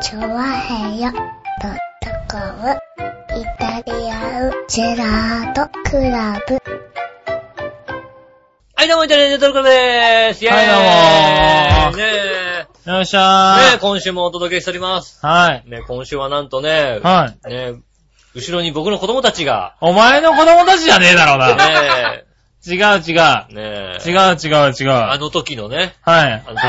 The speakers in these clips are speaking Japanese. チョワヘヨドットコムイタリアンジェラートクラブ。はい、どうも、イタリアンジェットルクラブでーす。イェーイはいどうもねえ、よっしねゃえ、今週もお届けしております。ー。はい。ねえ、今週はなんとね、はい。ねえ、後ろに僕の子供たちが、お前の子供たちじゃねえだろうねな。違う違う。え、ねえ、違う違う違う。あはい。の時のね、ああの時の子供たち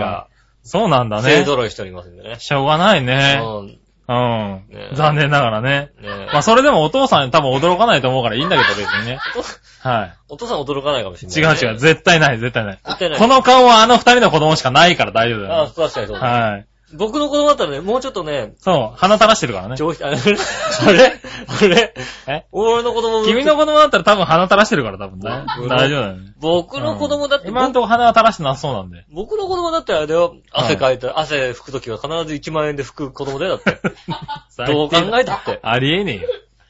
が、そうなんだ勢ね。揃いしておりますんでね。しょうがないね。うんねうんね。残念ながらね。えまあそれでもお父さん多分驚かないと思うからいいんだけど別にね。はお父さん驚かないかもしれい。違うないね。違う。絶対ない、絶対ない。絶対ないこの顔はあの二人の子供しかないから大丈夫だあよあ、。確かにそうだ。はい。僕の子供だったらね、もうちょっとね、そう、鼻垂らしてるからね。上 品、あれあれあれえ俺の子供、君の子供だったら多分鼻垂らしてるから多分ねうん。大丈夫だよね。僕の子供だって、うん今んとこ鼻は垂らしてなさそうなんで。僕の子供だってあれだよ、はい汗かいた、汗拭くときは必ず1万円で拭く子供だよ、だって。 どう考えたって。ありえね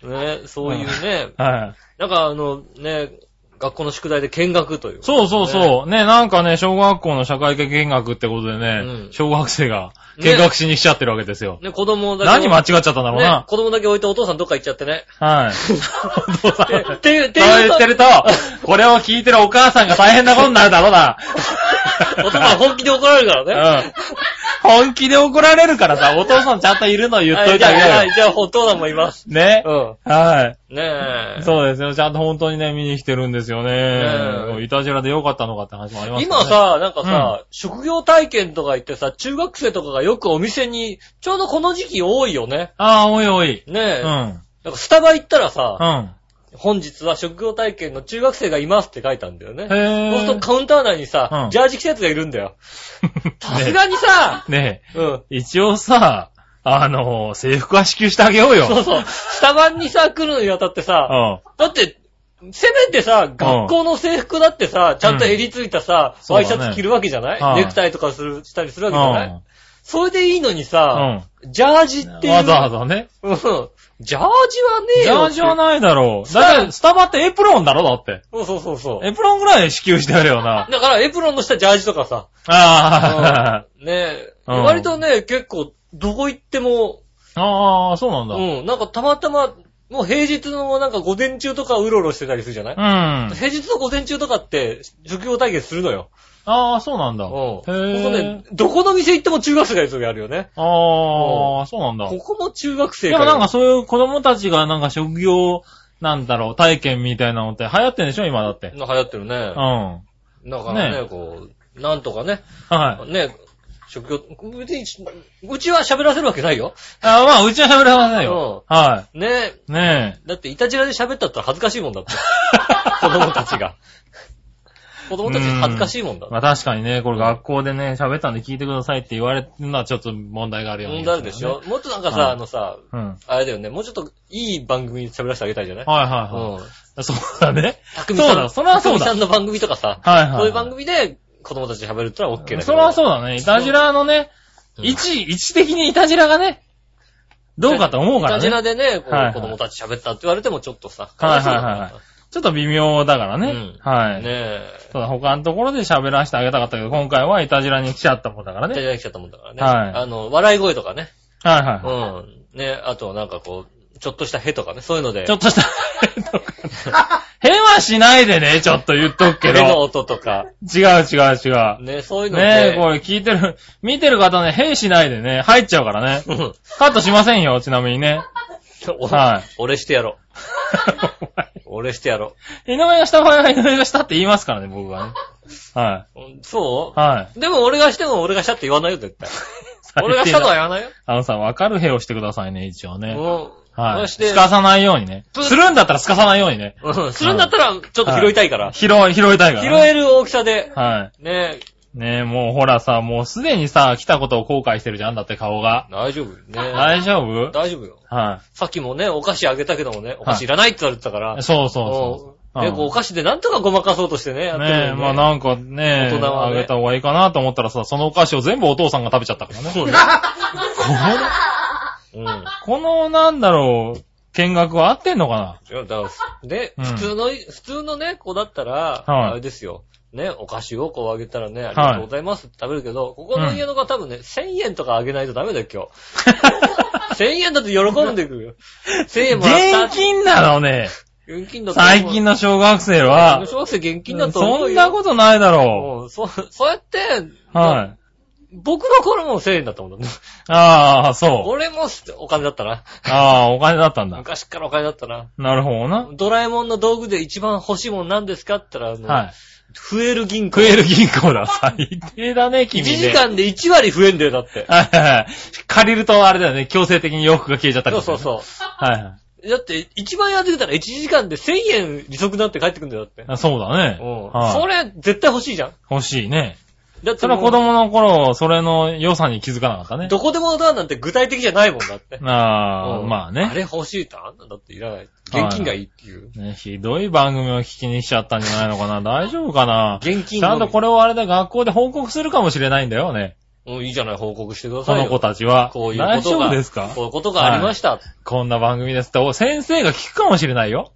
えよ。ね、そういうね、はい。なんかあの、ね、学校の宿題で見学という。そうそうそう。ね、なんかね、小学校の社会科見学ってことでね、うん小学生がね見学しに来ちゃってるわけですよ。ね、子供だけ。何間違っちちゃったんだろうな。子供だけ置いてお父さんどっか行っち ゃってね。はい。お父さんて そうてていう言ってると、これを聞いてるお母さんが大変なことになるだろうな。 お父さん本気で怒られるからね。うん。本気で怒られるからさ、お父さんちゃんといるの言っといてあはいじゃあはげいよじゃあ、お父さんもいます。う。ねう。ん。はい。ねえ。そうですよ。ちゃんと本当にね、見に来てるんですよねね。いたじらでよかったのかって話もあります今、さ、からねなんかさ、職業体験とか言ってさ、中学生とかがよくお店に、ちょうどこの時期多いよね。ああ、おいおい。ねえ。うん。うん。なんかスタバ行ったらさ、へ本日は職業体験の中学生がいますって書いたんだよね。そうぇするとカウンター内にさう、んジャージ着たやつがいるんだよ。さすねがにさ、ねうん。え、一応さ、あの、制服は支給してあげようよ。そうそう。スタバにさ、来るのにあたってさ、だって、せめてさ、学校の制服だってさ、ちゃんと襟ついたさ、そうワイだシねャツ着るわけじゃなはいネいクタイとかする、したりするうわん。けじゃないそれでいいのにうさ、ん。ジャージっていう。わざわざね。うん。ジャージはねえジよャっーて。ジはなないだろう。スタだって、スタバってエプロンだろだって。そうそうそうそう。エプロンぐらい支給してやるよな。だからエプロンの下ジャージとかさ、あねえ、うん割とね、結構、どこ行っても、あ。ああ、そうなんだ。うん、なんかたまたま、もう平日のなんか午前中とかうろうろしてたりするじゃない、うん。平日の午前中とかって、職業体験するのよ。ああ、そうなんだ。うん。こへこねえ。、どこの店行っても中学生がいる時あるよね。ああ、そうなんだ。ここも中学生でがいもるなんかそういう子供たちがなんか職業、なんだろう、体験みたいなのって流行ってんでしょ今だって。流行ってるねうん。。はだからねねこう、なんとかね、い。あね、職業、別に、うちは喋らせるわけないよ。まあ、うちは喋れませんよ。はねい。ねだって、いたじらで喋ったったら恥ずかしいもんだ って。子供たちが。子供たち恥ずかしいもんだえ。。まあ確かにね、これ学校でね、喋ったんで聞いてくださいって言われるのはちょっと問題があるよね。問題あるでしょもっとなんかはいさ、あのさ、うん。はいあれだよね、もうちょっといい番組に喋らせてあげたいじゃないはいうはん。い。そうだね。たくみさん。そうだそれはそうだたくみさんの番組とかさ、はいはい。そういう番組で子供たち喋るってのは OK だけど。それはそうだね。いたじらのね、うん位置、位置的にいたじらがね、どうかと思うからいたじね。らでね、こはいはうい子供たち喋ったって言われてもちょっとさ、はいはいはいはいちょっと微妙だからうねん。はねい。え。ただ他のところで喋らせてあげたかったけど、今回はいたじらに来ちゃったもんだからいたね。じらに来ちゃったもんだからね。はいあの、笑い声とかね。はいはいはうん。ね、あとなんかこう、ちょっとしたへとかね、そういうので。い。ちょっとした、 へはしないでね、ちょっと言っとくけ手のど。音とか、違う違う違う。ね、そういうのねえ、こで、れ聞いてる、見てる方ね、へしないでね、入っちゃうからね。うんカットしませんよ、ちなみにね。おはい俺してやろう。 俺してやろ井上がした場合は井上がしたって言いますからね、僕はね。はう。うんそい。はい。うでも俺がしても俺がしたって言わないよ、絶 対。俺がしたとは言わないよ。あのさ、わかるへをしてくださいね、一応ね。うん。はそい。してすかさないようにね。ぷするんだったらすかさないようにね。うんするんだったら、ちょっと拾いたいから。拾い、拾いたいから、拾ね。える大きさで、はね、い。ねえ、もうほらさ、もうすでにさ、来たことを後悔してるじゃんだって顔が。大丈夫。ね大丈夫大丈夫よ。はさっきもね、お菓子あげたけどもね、お菓子いらないって言われてたからい。。そうそううんで、うんこうお菓子でなんとかごまかそうとしてね、やそっう。てるねえ、よまあなんかね大人はあねげた方がいいかなと思ったらさ、そのお菓子を全部お父さんが食べちゃったからね。そうね。うん。いこの、なんだろう、見学は合ってんのかなやだからで、うん普通の、普通のね、子だったら、はいあれですよ。ね、お菓子をこうあげたらね、ありがとうございますって食べるけど、ここの家の子は多分ね、1000円とかあげないとダメだよ、今日。1000円だ って喜んでくるよ。1000円もらった。現金なのね。現金だと思う最近の小学生は。小学生現金だと思そうんよ。なことないだろうんそう、そうやって、う。はい。僕の頃も1000円だったもんだね。ああ、そう。俺もお金だったな。ああ、お金だったんだ。昔からお金だったな。なるほどな。ドラえもんの道具で一番欲しいもん何ですかって言ったら、はいい。。増える銀行。食える銀行だ。最低だね、 1君ね。時間で1割増えんだよ、だって。はいはいはい。借りるとあれだよね、強制的に洋服が消えちゃったりそうすそるうそう。はいはい。だって、一番やってきたら1時間で1000円利息になって帰ってくんだよ、だって。あそうだね。うん。はいそれ、絶対欲しいじゃん。欲しいね。だって、それは子供の頃、それの良さに気づかなかったね。どこでもドアなんて具体的じゃないもんだって。うああ、んまああね。れ欲しいってあんなんだっていらない。現金がいいっていう。ねひどい番組を聞きにしちゃったんじゃないのかな。 大丈夫かな。現金ちゃんとこれをあれで学校で報告するかもしれないんだよね。れ。うん、いいじゃない、報告してくだこさいのよ。子たちは。こういうことが。大丈夫ですかこういうことがありました。こんな番組ですって、お先生が聞くかもしれないよ。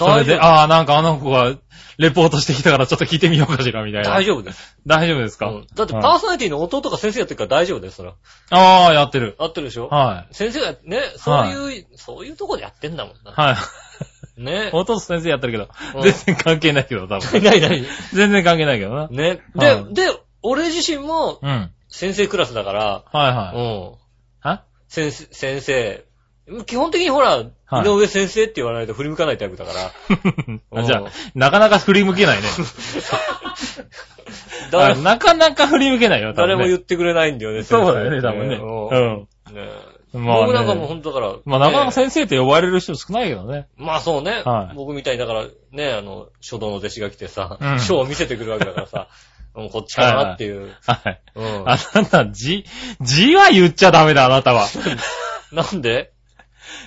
それ大丈で、夫。ああ、なんかあの子がレポートしてきたからちょっと聞いてみようかしら、みたいな。大丈夫です。大丈夫ですか、うんだってはいパーソナリティの弟が先生やってるから大丈夫です、それは。ああ、やってる。合ってるでしょはい。先生がね、そういう、そういうとこでやってんだもんな。 はい。ね。弟先生やってるけどう、ん全然関係ないけど、多分。ないない。全然関係ないけどな。ね。はでい、で、俺自身もうん。はい先生クラスだから、うはい。ん。は先生、先生。基本的にほら、井はい上先生って言わないと振り向かないタイプだから。うん あじゃあ、なかなか振り向けないね。誰あもなかなか振り向けないよ、多分ね 誰も言ってくれないんだよね、そうだよね、多うん分ね。ねうん。ま僕なんかもうあね。本当だから。まあ、なかなかね先生って呼ばれる人少ないけどね。まあそうねは。い僕みたいにだから、ね、あの、書道の弟子が来てさうん、書を見せてくるわけだからさ、うんこっちかなっていう。はい。うんあなた、字、字は言っちゃダメだ、あなたは。なんで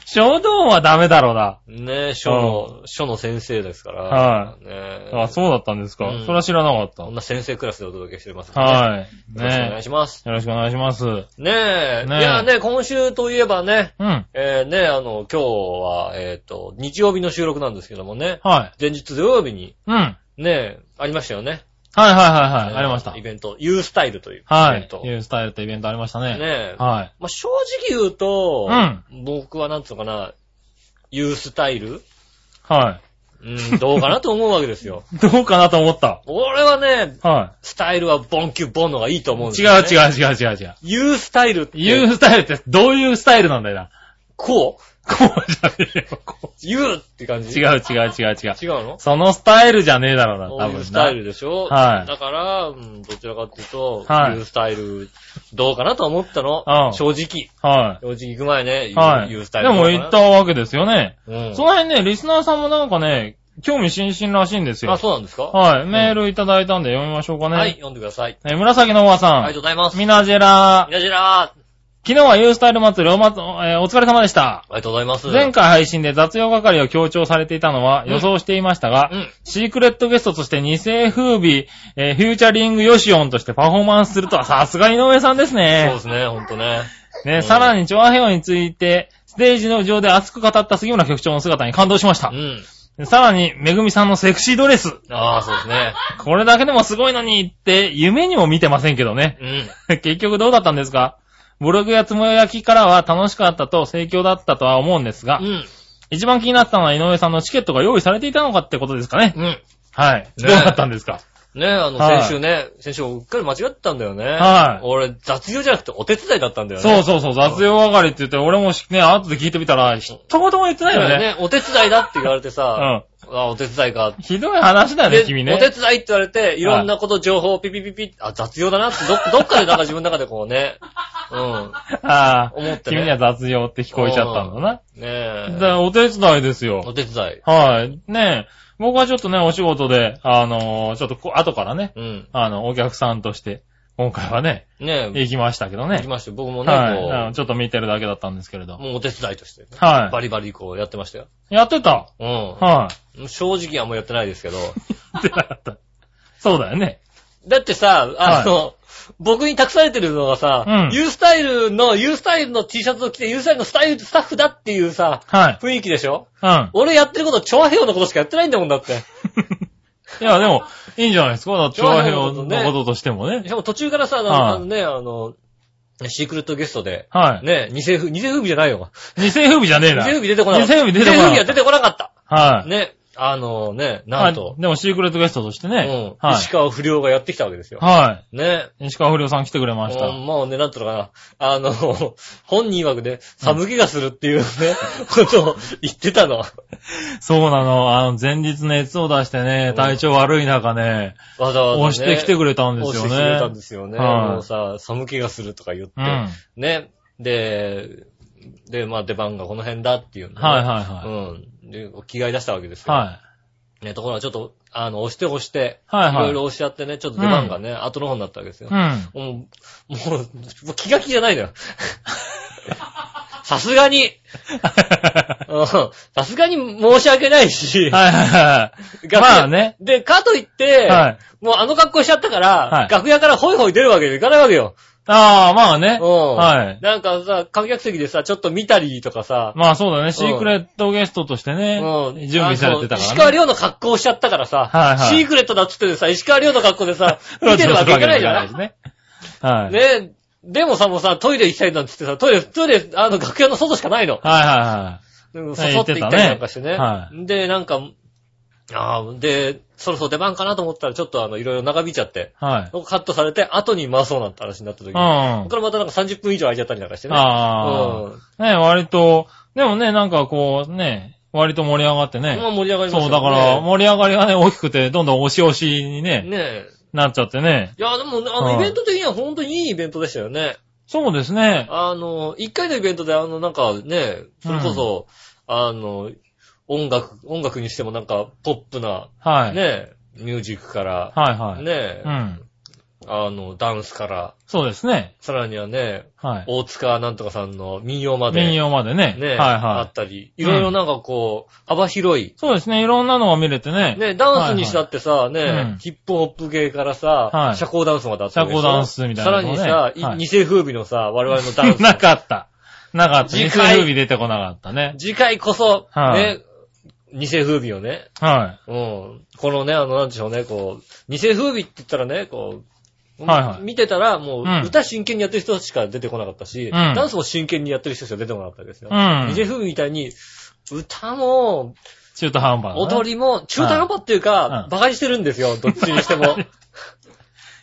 書道はダメだろうな。ね、書の、書の先生ですから。はねあ、そうだったんですかうん。それは知らなかこんっな先生クラスでお届けしてますた。のではい。よろしくお願いねします。よろしくお願いします。うねえ。ねえいやね、今週といえばね、ん。えーね、あの、今日は、えっ、と、日曜日の収録なんですけどもね、はい。前日土曜日に、うん。はいね、ありましたよね。はいはいはい。ありましたイ。ベント、ユースタイルというイはベンいト。。ユースタイルってイベントありましたねね。え。はまあ、正直言うと、う僕はなんつうのかな、ユースタイルい。はうん、どうかなと思うわけです よ。い。どうかなと思った。俺はね、はスタイルはボンキュボンのがいいと思うんい。です違よ、うね。違う。う違う違う違う。ユースタイルって。ユースタイルってどういうスタイルなんだ よな。こうこうじゃねえよ。こユーって感うじ違う違う違う違う。違うのそのスタイルじゃねえだろうな、こ多ういう分スな。タイルでしょはいだから、うんどちらかっていうと、はいユースタイル、どうかなと思ったのうん。正直。は正直行く前ね、い。はい。ユースタイルでも言ったわけですよね。どうかな。うんその辺ね、リスナーさんもなんかね、興味津々らしいんですよ。あ、そうなんですかはい。んメールいただいたんで読みましょうかね。はい、。読んでください。えー、紫のおばありさがと。んうございます。みミナジェラー。なじらー昨日はユースタイル祭りお,、まつえーお疲れ様でした。ありがとうございます。前回配信で雑用係を強調されていたのはん予想していましたが、うんシークレットゲストとして二世風靡、えーフューチャリングヨシオンとしてパフォーマンスするとはさすが井上さんですそうでね。すね、ほんとね。ね、んさらにチョアヘオについて、ステージの上で熱く語った杉村局長の姿に感動しましうた。ん。さらに、めぐみさんのセクシードレス。ああ、そうですね。これだけでもすごいのにって、夢にも見てませんけどね。 うん。結局どうだったんですかブログやつもやきからは楽しかったと盛況だったとは思うんですがう、ん。一番気になったのは井上さんのチケットが用意されていたのかってことですかね。うん。はい。えどうだったんですかねあの、はい先週ね、先週うっかり間違ってたんだよね。はい俺、雑用じゃなくてお手伝いだったんだよね。そうそうそう、雑用係って言って、俺もしね、後で聞いてみたら、一言も言ってないよだよね。ね。お手伝いだって言われてうさ、ん。あお手伝いか。ひどい話だよね、で君おね手。伝いって言われて、いろんなこと、情報をピピピピ、あ、雑用だなって、どどっかでなんか自分の中でこうね、うん、ああ思っ、てね君には雑用って聞こえちゃったんだな。ねえだからお手伝いですよ。お手伝い。はい。ねえ、僕はちょっとね、お仕事で、あのーちょっとこ、後からね、うん。あの、お客さんとして、今回はね、ねえ、行きましたけど行ねき。ましたよ僕もね、はいあの。こちょっと見てるだけだったんですけれう、ど。もうお手伝いとしてね、はバリバリこうやってましたよ。い。やってた。う はん。正直はもうやってないですけど。い。やってなかった。そうだよね。だってさ、あの、僕に託されてるのがさう、んユースタイルの、ユースタイルの T シャツを着て、ユースタイルのスタイルスタッフだっていうさ、はい。雰囲気でしょうん。 俺やってること、調和平和のことしかやってないんだもんだって。いや、でも、いいんじゃないですか。だって、長長編編のこのこととねとしてもね。しかも途中からさ、あはいのあのね、あの、シークレットゲストで、はい。ね、偽風、偽風味じゃないよ。二世風靡じゃねえ偽な。風味出てこなかった。偽風味出てこなかった偽風味は出てこなかった。はい。ね、あのね、はなんいと、でも、シークレットゲストとしてね。うん、は石川不良がやってきたわけですよい。。はね、い。石川不良さん来てくれました。うんもうね、なんとかな、あの、 本人曰くね、寒気がするっていうね、ことを言って たの。そうなの。あの、前日熱を出してね、体調悪い中ね、わざわざ、ね。押してきてくれたんですよ押してきてくれたんねで。すよね。はいもうさ、寒気がするとか言って、うん。はいね。で、で、まあ出番がこの辺だっていうのねはいはうん。で、着替え出したわけですい。よ。はい。ね、ところがちょっと、あの、押して押して、はいはいろいろ押し合ってね、ちょっと出番がね、後の方になったわけです よ。うん。もう、もう、もう気が気じゃない のよ。さすがに、うんさすがに申し訳ないし、はいはいはい。楽屋まあね。で、かといって、はい。もうあの格好しちゃったから、はい楽屋からホイホイ出るわけにいかないわけよ。ああ、まあねう。ん。はい。なんかさ、観客席でさ、ちょっと見たりとかさ、まあそうだね。シークレットゲストとしてねうん、準備されてたあの石か川らね。亮の格好をしちゃったからさ、はいはいシークレットだっつってさ、石川亮の格好で さ、見てるわけいかないじゃないですね。はい。ねでもさ、もうさ、トイレ行きたいなんつってさ、トイレ、トイレ、あの、楽屋の外しかないの。はいはいはい。うん、はい誘って行ったりなんかしてね。はで、なんか、ああ、で、そろそろ出番かなと思ったら、ちょっとあの、いろいろ長引いちゃって、はい。カットされて、後に回そうなんて話になった時に、うん。こあれまたなんか30分以上空いちゃったりなんかしてね。あうん。ー。ね割と、でもね、なんかこう、ね、割と盛り上がってまあね。盛り上がりまそしう、ただよから、ね盛り上がりがね、大きくて、どんどん押し押しにね、ねえ。なっちゃってね。いや、でも、あうの、んイベント的には本当にいいイベントでしたよね。そうですね。あの、一回のイベントで、あの、なんかね、それこそ、あの、音楽、音楽にしてもなんか、ポップな、はい。ね、ミュージックから、はいはい。ねう、ん。あの、ダンスから、そうですね。さらにはね、はい。大塚なんとかさんの民謡まで、民謡までね。ね、はいあはったり、いろいろなんかこう、幅広い。い。そうですね。いろんなのが見れてね。ね、ダンスにしたってさ、うんね、ヒップホップ系からさは、い社交ダンスまであったわけでしょ社交ダンスみたいさならのねにさ、はいい二世風靡のさ、我々のダン なス。かった。なかった。次二回回指出てこなかったね。次回こそ、はいね、二世風靡をね、はうん。このね、あの、なんでしょうね、こう、二世風靡って言ったらね、こう、はいはい見てたら、もう、うん歌真剣にやってる人しか出てこなかったし、んダンスも真剣にやってる人しか出てこなかったわけですよ。うん二世風靡みたいに、歌も、い。中途半端だね。踊りも、中途半端っていうかう、ん馬鹿にしてるんですよ、どっちにして も。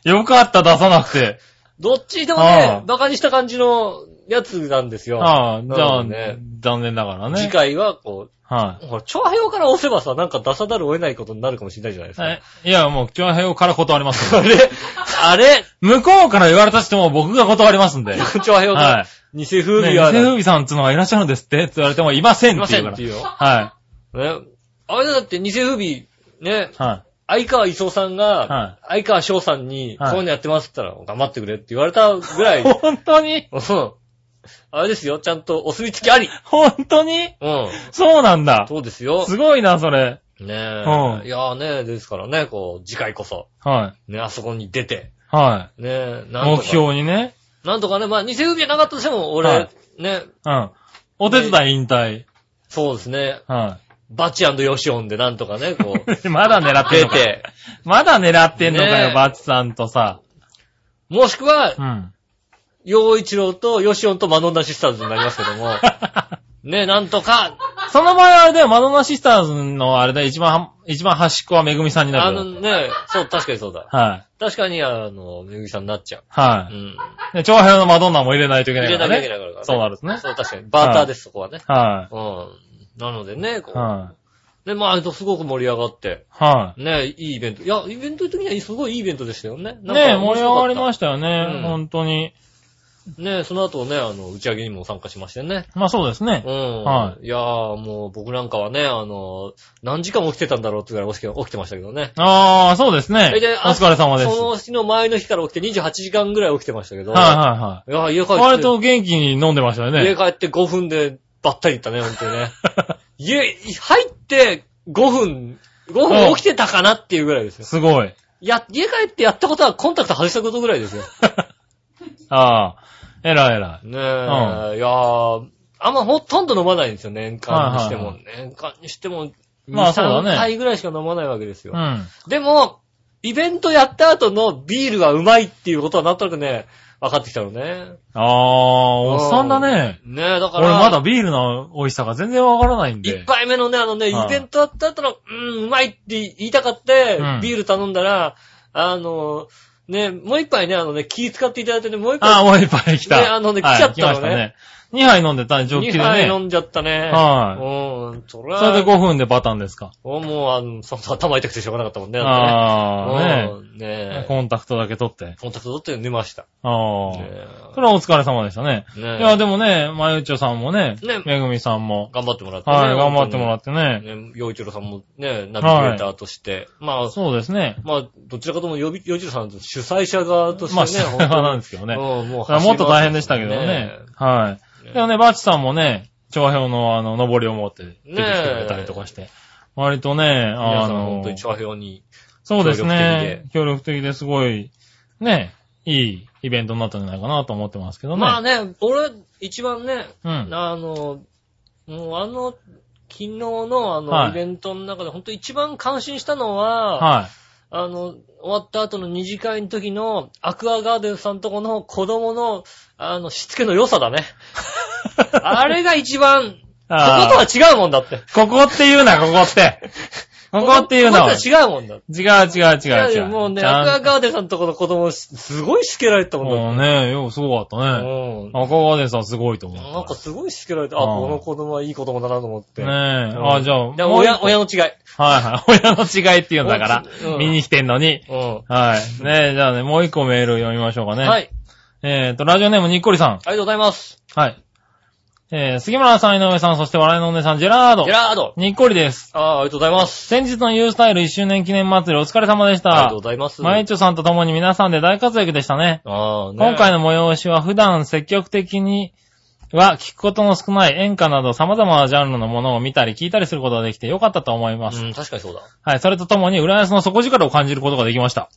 よかった、出さなくて。どっちでもあねあ、馬鹿にした感じのやつなんですよ。ああ、じなゃるあ、ほどね残念ながらね。次。回は、こはう、ほら、長編から押せばさ、なんか出さざるを得ないことになるかもしれないじゃないですい。か。えいや、もう、今日から断ります あよ。れあれ 向こうから言われたとしても僕が断りますんで。 はい。長編からね、偽風風味は、美さんっていうのがいらっしゃるんですってって言われてもいませいんまってせ言んっうかていうよ。ら。ね。あれだって、偽風味、ね、はい。は相川磯さんがは、相川翔さんに、はいこういうのやってますって言ったら、頑張ってくれって言われたぐらい。い、本当にうん。あれですよ、ちゃんとお墨付きあり。本当にうん。そうなんだ。そうですよ。すごいな、それ。ねえ。うんいやーね、ですからね、こう、次回こそ、はね、あそこに出て、い。はねえ、い。なんとか。目標にね。なんとかね、まあ、偽海じゃなかったとしても、俺、はいね、うん。お手伝い引退。そうですね、はバチヨシオンでなんとかね、こ う、い。まだ狙って出んのかよ。て、まだ狙ってんのかねえよ、バチさんとさ。もしくはう、ん。 洋一郎とヨシオンとマノンダシスターズになりますけど も、ね、なんとか、その場合あれだよ、マドナシスターズのあれだよ、一番、一番端っこはめぐみさんになあるよの。ね、そう、確かにそうだ。はい。確かに、あの、めぐみさんになっちゃう。はうい。ん。で、長編のマドンナも入れないといけな入れいかならきゃいね。けないからね。そうなるんですね。そう、確かに。バーターです、そこはね。はうん。なのでね、こい。う。はい。で、まあ、すごく盛り上がって。はね、いいイベント。いや、イベント的にはすごいいいイベントでしたよね。い。ねえ、盛り上がりまししたようねん。本当に。た。ね、その後ね、あの、打ち上げにも参加しましてね。まあそうですねう。ん。。はいいやー、もう僕なんかはね、あの、何時間起きてたんだろうってぐらい起きて起きてましたけどね。ああ、そうですね。えでお疲れ様です。そはの日の前の日から起きて28時間ぐらい起きてましたけいど。。はいはいいや、家帰い。って。割と元気に飲んでましたよ家ね。帰って5分でばったり行ったね、ほんとにね。 家、入って5分、5分起きてたかなっていうぐらいですよ。すごい。や、家帰ってやったことはコンタクト外したことぐらい ですよ。ああ、えらいえらい。ねえ、いやー、あんまほとんど飲まないんですよ、年間にしても。は年間にしても、まあそうだね2 3杯ぐらいしか飲まないわけですよ。うん。でも、イベントやった後のビールがうまいっていうことはなんとなくね、分かってきたのね。ああ、おっさんだね。うん。ねえ、だから。俺まだビールの美味しさが全然わからないん一で。杯目のね、あのね、はいイベントだった後の、うん、うまいって言いたかって、うんビール頼んだら、あの、ね、もう一杯ね、あのね、気使っていただいてね、もう一あ杯、あ、もう一杯来た。ねあのねはい来ちゃったのね来ましたね。2杯飲んでたね、ジョッキ二でね。杯飲んじゃったね。はうん、それそれでは、 5分でバタンですか。おもう、あの、その頭痛くてしょうがなかったもんね。あああ、ねね。ねえ。コンタクトだけ取って。コンタクト取って寝ました。ああ。ねそれはお疲れ様でしたね。えいや、ねでもね、まゆちょさんもね、ねめぐみさんもえ、頑張ってもらってね。はい、頑張ってもらってね。ね、洋一郎さんもね、ナビゲーターとして、まあ、そうですね。まあ、どちらかとも、よび洋一郎さんと主催者側としてね、まあ、下本当にはなんですけどね。うんもうだからもっと大変でしたけどね。はい。でもね、バチさんもね、調和表のあの、登りを持って出てきてくれたりとかして。割とね、皆あさんの本当、に調和表に。そうですね。協協力的ですごい、ね、いいイベントになったんじゃないかなと思ってますけどね。まあね、俺、一番ね、うんあの、もうあの、昨日のあはの、いイベントの中で、本当一番感心したのは、はい。あの、終わった後の二次会の時の、アクアガーデンさんとこの子供の、あの、しつけの良さ だね。あれが一番、こあことは違うもんだって。ここって言うな、ここって。ここって言うな、 こおいことは違うもんだって。違う違う違うい違やう。もうね、ちゃアんクアガーデンさんのとこの子供、すごいしつけられてたもんだってもうね、ようすごかったね。うん。赤川でさんすごいと思う。なんかすごいしつけられて、あ、うんこの子供はいい子供だなと思って。ねえ。あ、じゃあ、でもう一親、個親の違い。はいはい。 親の違いって言うんだからうん、見に来てんのに。うん。はい。ねえ、じゃあね、もう一個メール読みましょうかね。はい。ありえっと、ラジオネームにっこりさん。がとうございます。はい。えー、杉村さん、井上さん、そして笑いのお姉さん、ジェラードジェ。ラード。にっこりです。ああ、ありがとうございます。先日のユースタイル1周年記念祭りお疲れ様でしありがたとうご。ざいます。まゆちょさんと共に皆さんで大活躍でしたね。ああ、ね。今回の催しは普段積極的には聞くことの少ない演歌など様々なジャンルのものを見たり聞いたりすることができてよかったと思います。うん、確かにそうだ。はい、それとともに浦安の底力を感じることができました。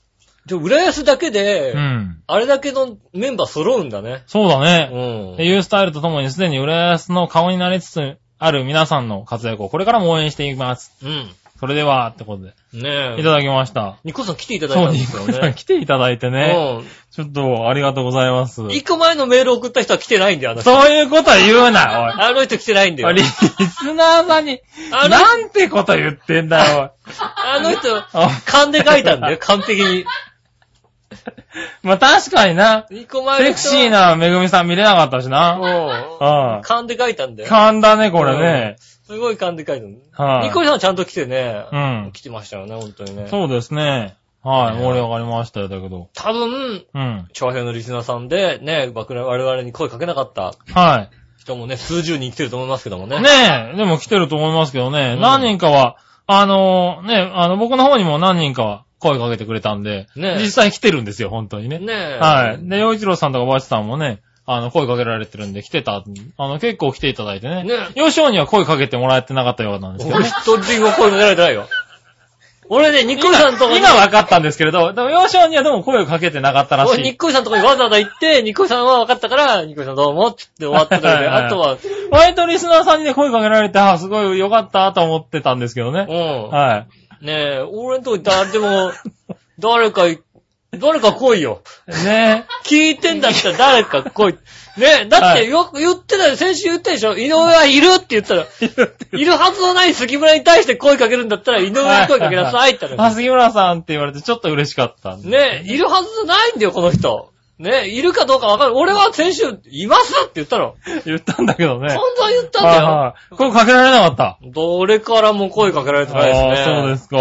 じゃ、浦安だけで、うん。あれだけのメンバー揃うんだね。そうだうね。ん。でユースタイルとともにすでに浦安の顔になりつつある皆さんの活躍をこれからも応援していきます。うん。それでは、ってことで、ねいえた。だきました。ニコさん来ていただいそたう、んでニすコよルさんね。来ていただいてね。ちょっと、ありがとうございます。うん。一個前のメール送った人は来てないんだよ、あの人。そういうことは言うな、おい。あの人来てないんだよリ。スナーさんに、あのなんてこと言ってんだ よ、あの人、おい。勘で書いたんだよ、完璧に。まあ、確かにな。一個前セのク人シーは。なめぐみさん見れなかったしな。う。うんん勘で書いたんだよ。勘だね、これね。すごい勘で書いたんだはい。ニコリさんはちゃんと来てね、うん来てましたよね、本当にね。そうですね。はい、ね盛り上がりましたよ、だけど。多分、うん。長編のリスナーさんで、ね、僕ら我々に声かけなかったは人もね、数十人来てると思いますけどもい。ね。ねえ、でも来てると思いますけどね。うん何人かは、あのーね、あの、僕の方にも何人かは声かけてくれたんで、ねえ実際来てるんですよ、本当にね。ねえ。はい。で、洋一郎さんとかばあちさんもね、あの、声かけられてるんで来てた、あの、結構来ていただいてね。ね 洋翔には声かけてもらえてなかったようなんですけど俺ね。一人も声かけられてないよ。俺ね、ニッコリさんとこ今、に、今分かったんですけれど、でも洋翔にはでも声をかけてなかったらし俺ニッい。コリさんとこにわざわざ行って、ニッコリさんは分かったから、ニッコリさんどうもって言って終わってたんで、はいはいあとは、割とリスナーさんにね声かけられて、あ、すごい良かったと思ってたんですけどね。うはん。ねえ、俺のとこに誰でも、誰かい、誰か来いよ。い。ね聞いてんだったら誰か来い。ね、だっはていよく言ってたよ、先週言ったでしょ井上はいるって言ったら、いるはずのない杉村に対して声かけるんだったら、井上に声かけなさいって言ったあ、ら。杉村さんって言われてちょっと嬉しかったんで。ね、いるはずないんだよ、この人。ね、いるかどうかわかる。俺は先週、いますって言ったの。言ったんだけどね。散々言ったんはいだはい。声かけられなかった。よ。どれからも声かけられてないですね。。あーそうですすか。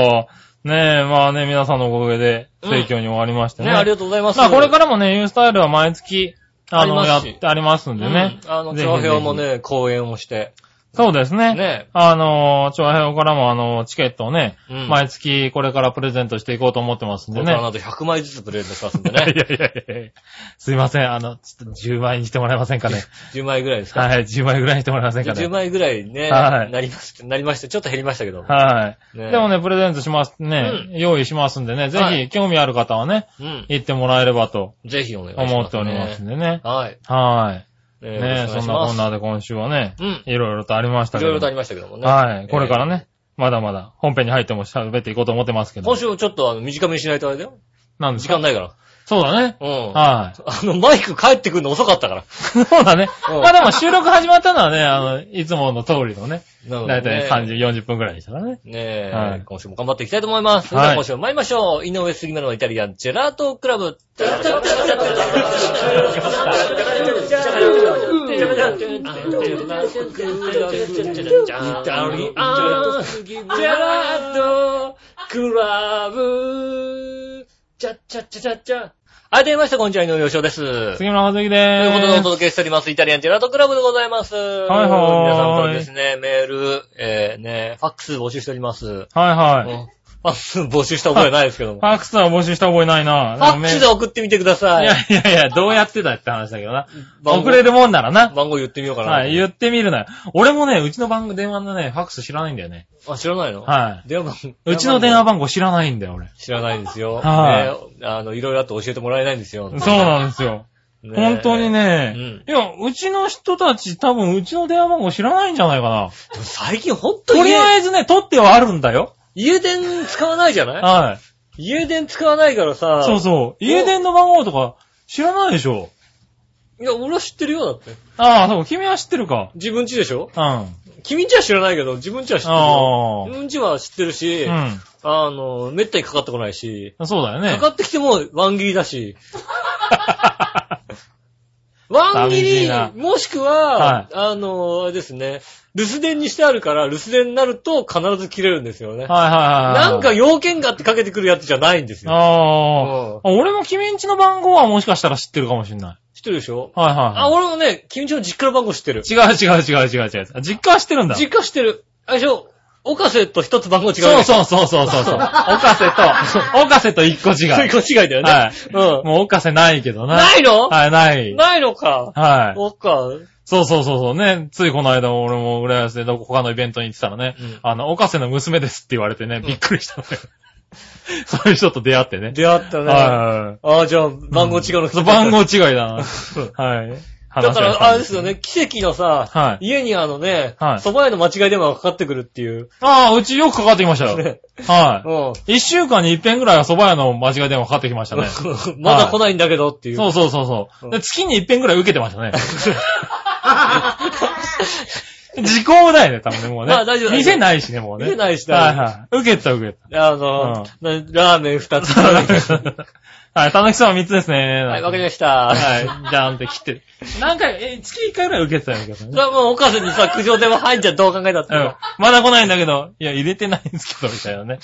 ねえ、まあね、皆さんのおかげで、盛況に終わりましてね。ね、ありがとうございます。まあこれからもね、ユースタイルは毎月、あの、ありやまっすしてありますんでね。うんあの、ぜひ長ぜひ編も。ね、講演をして。そうですね。ね。あの、長編からもあの、チケットをね、うん毎月これからプレゼントしていこうと思ってますんこでれね。からなんと100枚ずつプレゼントしますんでい やいね。やいやいやすいません。あの、ちょっと10倍にしてもらえません かね。 10枚ぐらいですかはい、10倍ぐらいにしてもらえませんか10ね。枚ぐらいね、はいなりました、なりました。ちょっと減りましたけど。はい。ねでもね、プレゼントします、ね、う用意しますんでね、ぜはひ興味ある方はね、うん。行ってもらえればとぜひお願いします、ね。思っておりますんでね。はい。はねい。えねよろそしんくなお願いしこんますなで今週はね、うんいろいろとありましたいけろいろど。とありましたけどもね。はい。これからね、まだまだ本編に入っても喋っていこうと思ってますけど今。週ちょっとあの、短めにしないとあれだよ。なんです時か間ないから。そうだね。うん。あはの、マイク帰ってくるの遅かったから。い。 そうだね。うんまあでも収録始まったのはね、あの、いつもの通りのね、なだいたいね30、40分くらいでしたからね。ねえ、はい今週も頑張っていきたいと思います。それでは今週も参りましょう。井上杉村のイタリアンジェラートクラブ。はい、どうもみなさんこんにちは、井上洋翔です。杉村和之ということでおでー届けしております。イタリアンジェラートクラブでございます。はいはい皆さんからですね、メール、えー、ね、ファックス募集しております。うんす。はいはい。ファックス募集した覚えないですけども。フファックスは募集した覚えないな。ァックスでい送ってみてください。やいやいや、どうやってだって話だけどな。番号送れるもんならな。番号言ってみようかな。はい、言ってみるなよ。俺もね、うちの番号電話のね、ファックス知らないんだよね。あ、知らないの。はい電話番うちの電話番号知らないんだよ、俺。知らないんですよ。はね、あの、いろいろあって教えてもらえないんですよ。そうなんですよ。ね本当に。ね。ういや、うちの人たち多分うちの電話番号知らないんじゃないかな。でも最近本当とにりあえずね、取ってはあるんだよ。家電使わないじゃないは家電使わないからさい。。そうそう。家電の番号とか知らないでしょ。う。いや、俺は知ってるよ、だって。ああ、そう、君は知ってるか。自分家でしょうん。あ君んちは知らないけど、自分ちは知ってるあよ。自分ちは知ってるし、ー。あの、めったにかかってこないし、うん。そうだよね。かかってきてもワン切りだ し、ワン切寂しいりな、もしくは、はいあの、あれですね、留守電にしてあるから、留守電になると必ず切れるんですよね。はいはいはいはい。なんか要件があってかけてくるやつじゃないんですよ。ああ。俺も君んちの番号はもしかしたら知ってるかもしんない。知ってるでしょはいはいあ、はい。俺もね、君んちの実家の番号知ってる。違う違う違う違う違う。あ実家は知ってるんだ。実家知ってる。あれでしょ、岡瀬と一つ番号違うね。そうそうそうそう そうそう。岡瀬 と、岡瀬と一個違い。 そういう違いだよね。はいうん。もう岡瀬ないけどな。ないのはい、ない。ないのか。はい。そっか。そうそうそうそうね。ついこの間俺も浦安でどこかのイベントに行ってたらね、うんあの、岡瀬の娘ですって言われてね、びっくりしたのよ。 そういう人と出会ってね。出会ったね。あはあ、じゃあ、番号違うのい。そう番号違違いだな。だはい。話かがら、あれですよね、奇跡のはさ、い家にあのね、はい蕎麦屋の間違い電話がかかってくるっていう。ああ、うちよくかかってきましたよ。ねはうん。い。一週間に一遍ぐらいは蕎麦屋の間違い電話かかってきましたね。まだ来ないんだけどっていう。そうそうそうそう。で月に一遍ぐらい受けて ましたね。時効だよね、多分ね、もうね。まあ大丈夫店ないしね、もうね。店ないしねはいはい。受けた、受け た。あの、なラーメン二つ。 はい、たぬきそば3つですね。はい、わかりましした。はい、じゃーんって切って。何回、え、月1回ぐらい受けてたよ、ね。それはもう、おかせにさ、苦情電話入んじゃんどう考えたってう。ん。まだ来ないんだけど、いや、入れてないんですけど、みたいなね。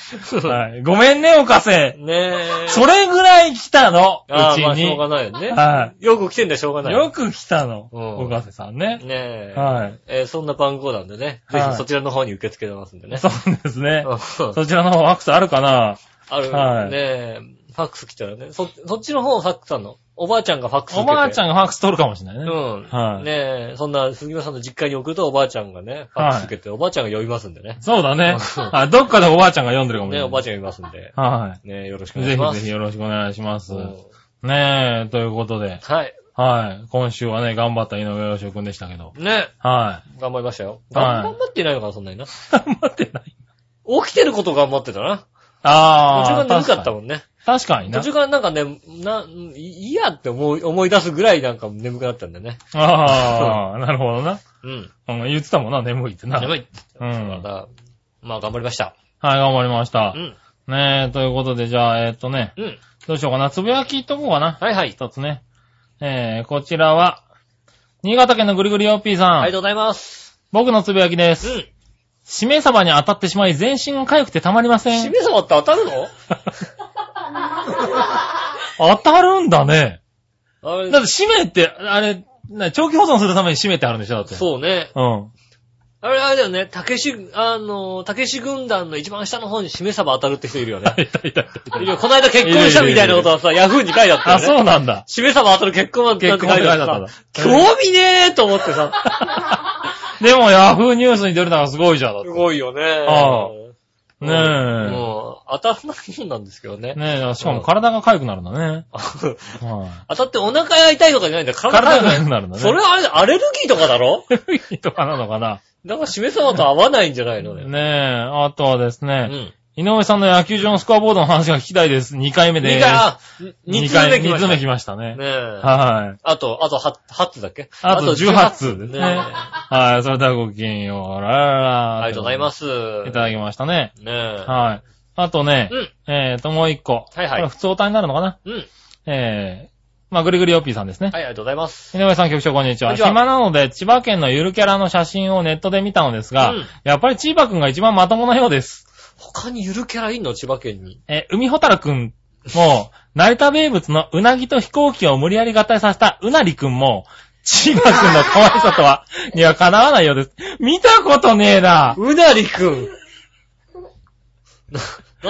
はい。ごめんね、おかせ。ねえ。それぐらい来たの、あうあ、ちまあ、しょにう。がないよね。はよく来てんだよ、しょうがない。よく来たの、うんおかせさんね。ねえ。はい。えーそんな番号なんでね、ぜはいひそちらの方に受け付けてますんでね。そうですね。うんそちらの方、ワックスあるかなある、はねいえ、ファックス来たらね、そ、そっちの方をファックスさんの。おばあちゃんがファックス受おけてばあちゃんがファックス取るかもしれないね。うん。はいねえ、そんな杉村さんの実家に送るとおばあちゃんがね、ファックス受けて、おばあちゃんが呼びますんでね。そうだねそう。あ、どっかでおばあちゃんが読んでるかもしねれえ、ない。おばあちゃんが呼びますんで。はねえ、よろしくおい。願いぜしまひす。ぜひよろしくお願いします。うんねえ、ということで、はい。はい。今週はね、頑張った井上洋翔くんでしたけど。ねはえ、頑張りましたよ。はい頑張っていないのかな、そんなにな。い。頑張ってない。起きてること頑張ってたな。途ああ。中から眠かったもんね。確かに途な。中からなんかね、な、いいやって思い、思い出すぐらいなんか眠くなったんだよね。ああ、なるほどな。うん。うん、言ってたもんな、眠いってな。眠い。うん。はだい、からまあ頑張りました。頑張りましたう。ん。ねえ、ということで、じゃあ、えっとね、うん。どうしようかな。つぶやきいっとこうかな。はいはい。一つね。えー、こちらは、新潟県のぐりぐりよっぴーさん。ありがとうございます。僕のつぶやきでうす。ん。しめ鯖に当たってしまい、全身が痒くてたまりませしん。め鯖って当たる の当たるんだね。あれだって、しめって、あれ、な長期保存するためにしめってあるんでしょだって。う。そうね。 うん。あれ、あれだよね。たけし、あの、たけし軍団の一番下の方にしめ鯖当たるって人いるよ ね。いたいたいた。いや、この間結婚したみたいなことはさ、ヤフーに書いてあったよあ、ね。。そううなんだ。しめ鯖当たる結婚は結婚って書いてあった興味ねえと思ってさ。 でも、ヤフーニュースに出るのがすごいじゃん。だってすごいよね。ああうんねもう、当たらないもんなんですけどねえ。。ねえ、しかも体が痒くなるんだね。はい。当たってお腹が痛いとかじゃないんだよ。体体がが痛痒いくなるんだね。それはあれアレルギーとかだろとかなのかな。なんか、しめ様と合わないんじゃないのね。ねえ、あとはですうね、ん。井上さんの野球場のスコアボードの話が聞きたいです。2回目で二回、す。あ、二通目来2ましつた。目ね来ましたね。え。はい。あと、あとは8つだっけあと18通ですね。ねはい。それではごきげんよう。らららら。。ありがとうございますす。いただきましたね。ねえ。はい。あとね、うんえーと、もう一個。はいはいこれ普通歌になるのかなうん。えー、まあ、ぐりぐりよっぴーさんですね。はい、ありがとうございます。井上さん局長こんにちは。こんにちは暇なので、千葉県のゆるキャラの写真をネットで見たのですが、うんやっぱり千葉くんが一番まともなようです。他にゆるキャラいんの千葉県に。えー海ほたるくんも、成田名物のうなぎと飛行機を無理やり合体させたうなりくんも、千葉くんの可愛さとは、にはかなわないようです。見たことねえな。うなりくん。 な、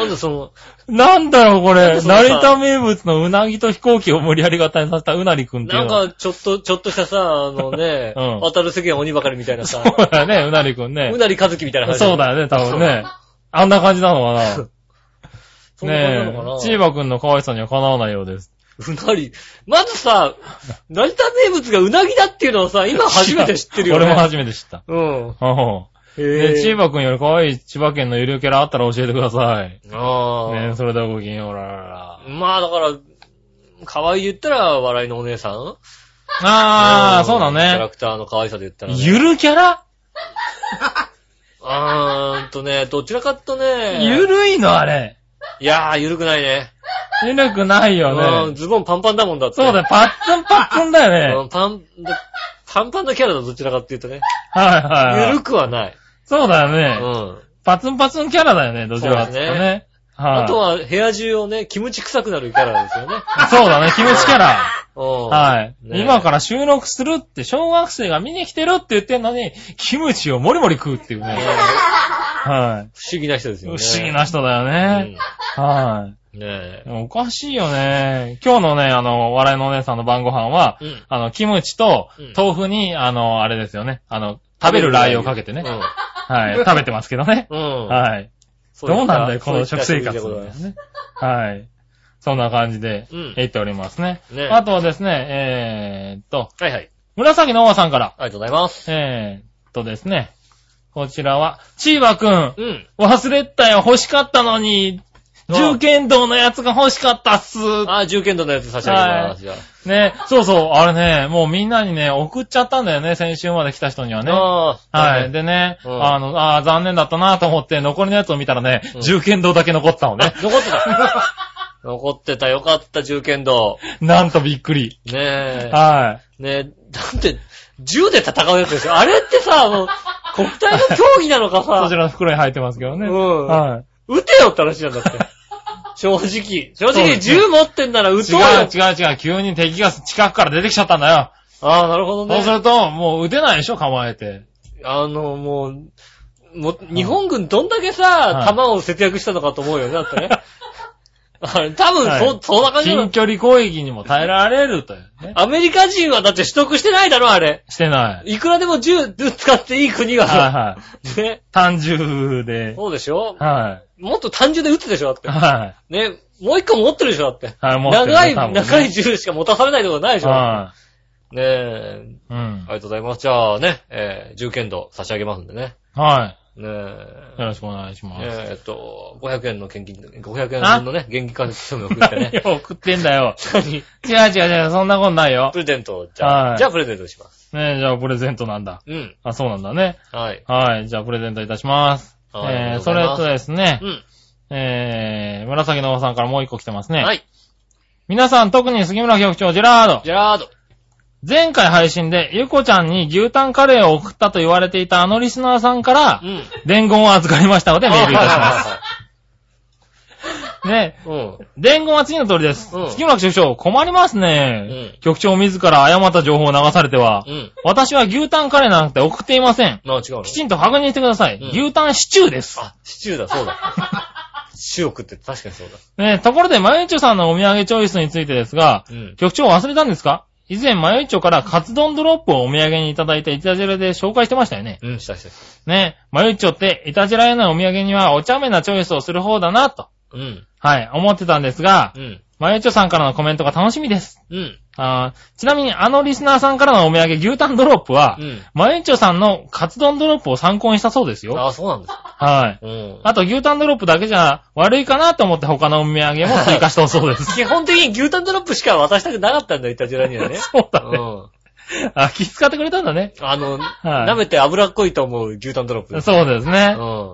なんでその、なんだろう、こそうれ。そう成田名物のうなぎと飛行機を無理やり合体させたうなりくんっていなうんのは。か、ちょっと、ちょっとしたさ、あのね、うん渡る世間は鬼ばかりみたいなそさ、うだよね、うなりくんねう。なりかずきみたいな話。そうだよね、多分ね。あんな感じなのかな。 そんな感じなのねかなえ、千葉くんの可愛さにはかなわないようです。うなり。まずさ、成田名物がうなぎだっていうのを さ、今初めて知ってるよね。俺も初めて知った。うん。うん。へね、ー。千葉くんより可愛い千葉県のゆるキャラあったら教えてください。ああ。ねえ、それではごきげんようららら。まあだから、可愛い言ったら笑いのお姉さんあんー、そうだキャラね。クターの可愛さで言ったら、ね。ゆるキャラあーんとね、どちらかとね。ゆるいのあれ。いやー、ゆるくないね。ゆるくないようん、ね。ズボンパンパンだもんだって。そうだよ、パッツンパッツンだようね。んパン、パンパンなキャラだ、どちらかっていうとね。はいはいゆはるい。くはない。そうだうよね。ん。パツンパツンキャラだよね、どちらかっていうとそうだね。はいあとは、部屋中をね、キムチ臭くなるキャラですよね。そ うだね、キムチキャラ。うん。はい。ね今から収録するって、小学生が見に来てるって言ってんのに、キムチをもりもり食うっていう ね。はい。不思議な人です不よ思ね。議な人だよね。はうん。ねい。おかしいよね。今日のね、あの、笑いのお姉さんの晩ご飯はえ。う、ん。あの、キムチとうん豆腐に、あの、あれですよね。あの、食べるラー油をかけてね。はい。食べてますけどね。うん。うん。はい。そどういったなんだよ、この食生そういった活食事でございます。ね。はい。そんな感じでうん、言っておりますね。ねあとはですね、えーっと、はいはい。紫のおばさんから。ありがとうございます。えー、っとですね。こちらは、チーバくん、うん。忘れてたよ、欲しかったのに、うん銃剣道のやつが欲しかったっす。あ、銃剣道のやつ差し上げます。じゃね、そうそう、あれね、もうみんなにね、送っちゃったんだよね、先週まで来た人にはあ。ね。ああ。はい。。でね、うんあの、あー残念だったなと思って、残りのやつを見たらねう、ん銃剣道だけ残ったのね ね。、残ってた。残ってた。よかった、銃剣道。なんとびっくり。ねはえ。ねえ、だって、銃で戦うやつですよ。あれってさ、もう、国体の競技なのかい。そちさ、らの袋に入ってますけどね。うんはい。撃てよって話なんだ って。正直。正そうです直、ね銃持ってんなら撃違とうよ。う違う違う、急に敵が近くから出てきちゃったんだよ。ああ、なるほどそうすね。ると、もう撃てないでしょ、構えて。あの、もう、もう、日本軍どんだけさ、はい弾を節約したのかと思うよね、だって ね。あれ、多分、はいそ、そんな感じな近の。距離攻撃にも耐えられるというね。アメリカ人はだって取得してないだろ、あれ。してない。いくらでも銃使っていい国が。はいはい。ね。単純で。そうでしょはもっと単純で撃つでしょだっい。て。はね。もう一個持ってるでしょだって。い。はい、もう長い、多分ね長い銃しか持たされないとこないでしょねはえ。い。うんあ。りがとうございます。じゃあね、えー、銃剣道差し上げますんでね。はねい。よろしくお願いしえ。ます。えーっと、500円の献金、500円分のね、現金化説明を送って ね。何を送ってんだよ。何違う違う違う、そんなことないよプ。レゼントを、じゃはあ、いじゃあプレゼントします。ねえ、じゃあプレゼントなんだ。うん。あ、そうなんだね。はい。はい。じゃあプレゼントいたします。はいえありがー、とそうござれいますとですねう、ん。えー、紫のおばさんからもう一個来てますね。。はいい。皆さん、特に杉村局長、ジェラード。ジェラード。前回配信で、ゆこちゃんに牛タンカレーを送ったと言われていたあのリスナーさんからう、ん。伝言を預かりましたのでメールいたし まあす。はね。いはいはいうん。伝言は次の通りです。うん月村局長、困りますね。うん局長自ら誤った情報を流されては、うん。私は牛タンカレーなんて送っていません。なあ、違うのきちんと確認してください。うん牛タンシチューです。あ、シチューだ、そうだ。シチューを食って確かにそうだ。ね、ところで、まゆいちょさんのお土産チョイスについてですが、うん。局長忘れたんですか以前、まゆいちょからカツ丼ドロップをお土産にいただいて、いたじらで紹介してましたよね。うん、したしたしね、まゆっちょって、いたじらへのお土産にはお茶目なチョイスをする方だな、と。た。うん。はい、思ってたんですがう、ん。まゆちょさんからのコメントが楽しみです。うん。あーちなみに、あのリスナーさんからのお土産、牛タンドロップは、うん。まゆちょさんのカツ丼ドロップを参考にしたそうですよ。ああ、そうなんですか。はい。うん。あと、牛タンドロップだけじゃ悪いかなと思って他のお土産も追加したそうで す。基本的に牛タンドロップしか渡したくなかったんだよ、イタジラにはね。 そうだうね。ん。あ、気遣ってくれたんだね。あの、はい舐めて脂っこいと思う牛タンドロップ。そうですうね。ん。は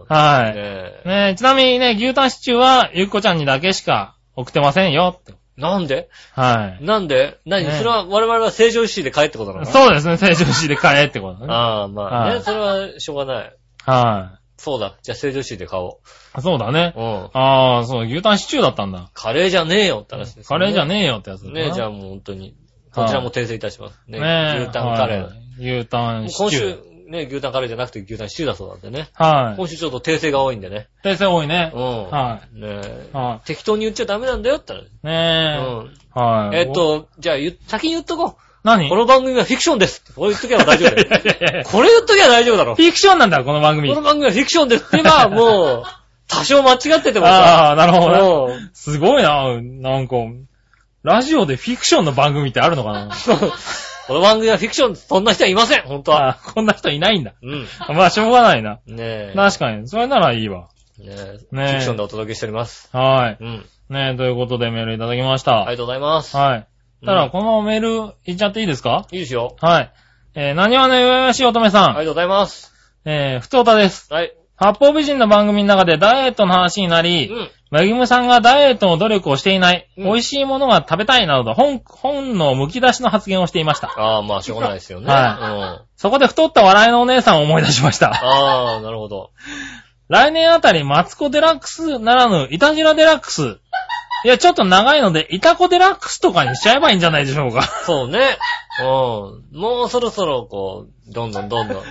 い。ねえねえ、ちなみにね、牛タンシチューは、ゆっこちゃんにだけしか送ってませんよって。なんではい。なんで何、ねえそれは我々は正常意識で買えってことなのそうですね、成城石井で買えってことね。ああ、まあはね、いそれはしょうがない。はそうだ。じゃあ正常意識で買おい。そうだねう。。うん。ああ、そう、牛タンシチューだったんだ。カレーじゃねえよって話ですカよね、レーじゃえねえよってやつだなねえ、じゃあもう本当に。こちらも訂正いたします。ねねえ。牛タンカレー。はもい。牛タうンシ今チュ週ー。、ね、牛タンカレーじゃなくて牛タンシチューだそうなんでね。はい。今週ちょっと訂正が多いんでね。訂正多いうん。。ねはねえい。。は適当に言っちゃダメなんだよって言っい。たねら。え。うん。はい。えっ、と、じゃあ言っ、先に言っとこう。何、こ何の番組はフィクションですって。これ言っとけば大丈夫だよ。 フこれ言っとけば大丈夫だろ。こィクションなんだ、この番組の。番組はフィクションですって言えば、もう、多少間違っててもさ。ああ、なるほどね。もうすごいな、なんか、ラジオでフィクションの番組ってあるのかなこの番組はフィクション、そんな人はいません、本当は。あこんな人いないんだ。うん。まあ、しょうがないな。ねえ。確かに。それならいいわ。ねえ。フねえィクションでお届けしております。はうん。い。ねえ、ということでメールいただきましありた。がとうございます。はい。たうんだ、このメール、いっちゃっていいですかいいですよ。はい。えー、何はね、うやしい乙あ女りさがとうございます。ん。えー、ふつおたです。はい。八方美人の番組の中でダイエットの話になうり、ん。めぐむさんがダイエットの努力をしていない、うん美味しいものが食べたいなどと、本、本の剥き出しの発言をしていました。ああ、まあ、しょうがないですよね。はうん。そこで太った笑いのお姉さんを思い出しました。ああ、なるほど。来年あたり、マツコデラックスならぬ、イタジラデラックス。 いや、ちょっと長いので、イタコデラックスとかにしちゃえばいいんじゃないでしょうか。そうね。うん。もうそろそろ、こう、どんどんどん どん。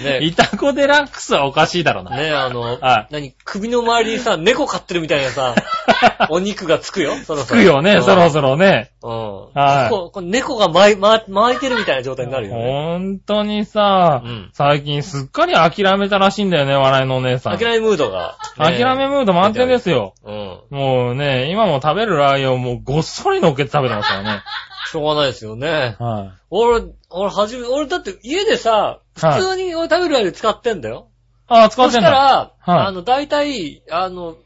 ねイタコデラックスはおかしいだろうな。ねあのは、何、首の周りにさ、猫飼ってるみたいな さ、お肉がつくよ、そろつそろ。くよね、そろろ。そろね。うん。はいここ猫が巻い巻巻いてるみたいな状態になるよね。本当にさうん、最近すっかり諦めたらしいんだよね、笑いのお姉さん。諦めムードが。ね諦めムード満点ですよ。うん。もうね、今も食べるラー油をもうごっそり乗っけて食べてます からね。しょうがないですよね。は俺、俺、はじめ、俺だって家でさ、はい普通に俺食べるより使ってんだよ。い。ああ、使そってしんただ。ら、はいあの、大体、あの、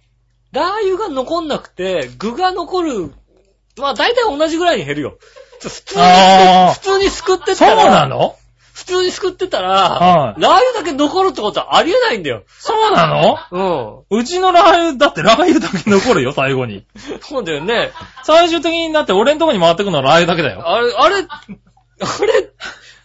ラー油が残んなくて、具が残る、まあ大体同じぐらいに減るよ。普通にあー、普通にすくってったそうら、なの普通にすくってたら、はいラー油だけ残るってことはありえないんだよ。そうなのううちのラー油、だってラー油だけ残るよ、最 後に。ん。そうだよね。最終的にだって俺んとこに回ってくのはラー油だけだよ。あれ、あれ、あれ、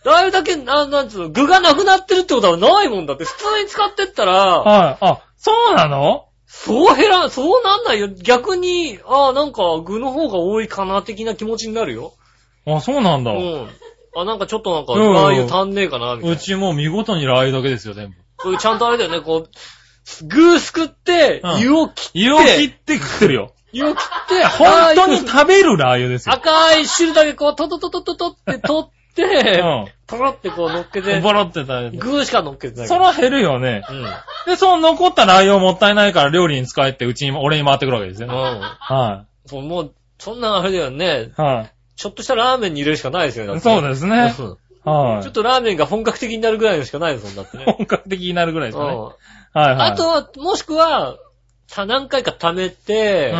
ラー油だけ、なん、なんつうの、具がなくなってるってことはないもんだって、普通に使ってったら、はい。あ、そうなのそう減らん、そうなんないよ。逆に、ああ、なんか具の方が多いかな的な気持ちになるよ。あ、そうなんだう。ん。あ、なんかちょっとなんか、うんラー油足んねえかな、みたいうな。ちもう見事にラー油だけですよ、全部。こういうちゃんとあれだよね、こう、具すくってうん、湯を切って、湯を切って食ってるよ。湯を切って、本当に赤い食べるラー油ですよ。赤い汁だけこう、トトトトトトって取って、うトロってこう乗っけてん。、ボロって食べて。具しか乗っけてない。そら減るよね。うん。で、その残ったラー油もったいないから料理に使えって、うちに、俺に回ってくるわけですよね。うん。はそう、もう、そんなあれだよね。い。はちょっとしたラーメンに入れるしかないですよね。だい。ってそうですね。うんはちょっい。とラーメンが本格的になるぐらいのしかないですもんだってね。本格的になるぐらいですかね。うんはいはい。あと、は、もしくは、た何回か溜めうて、ん。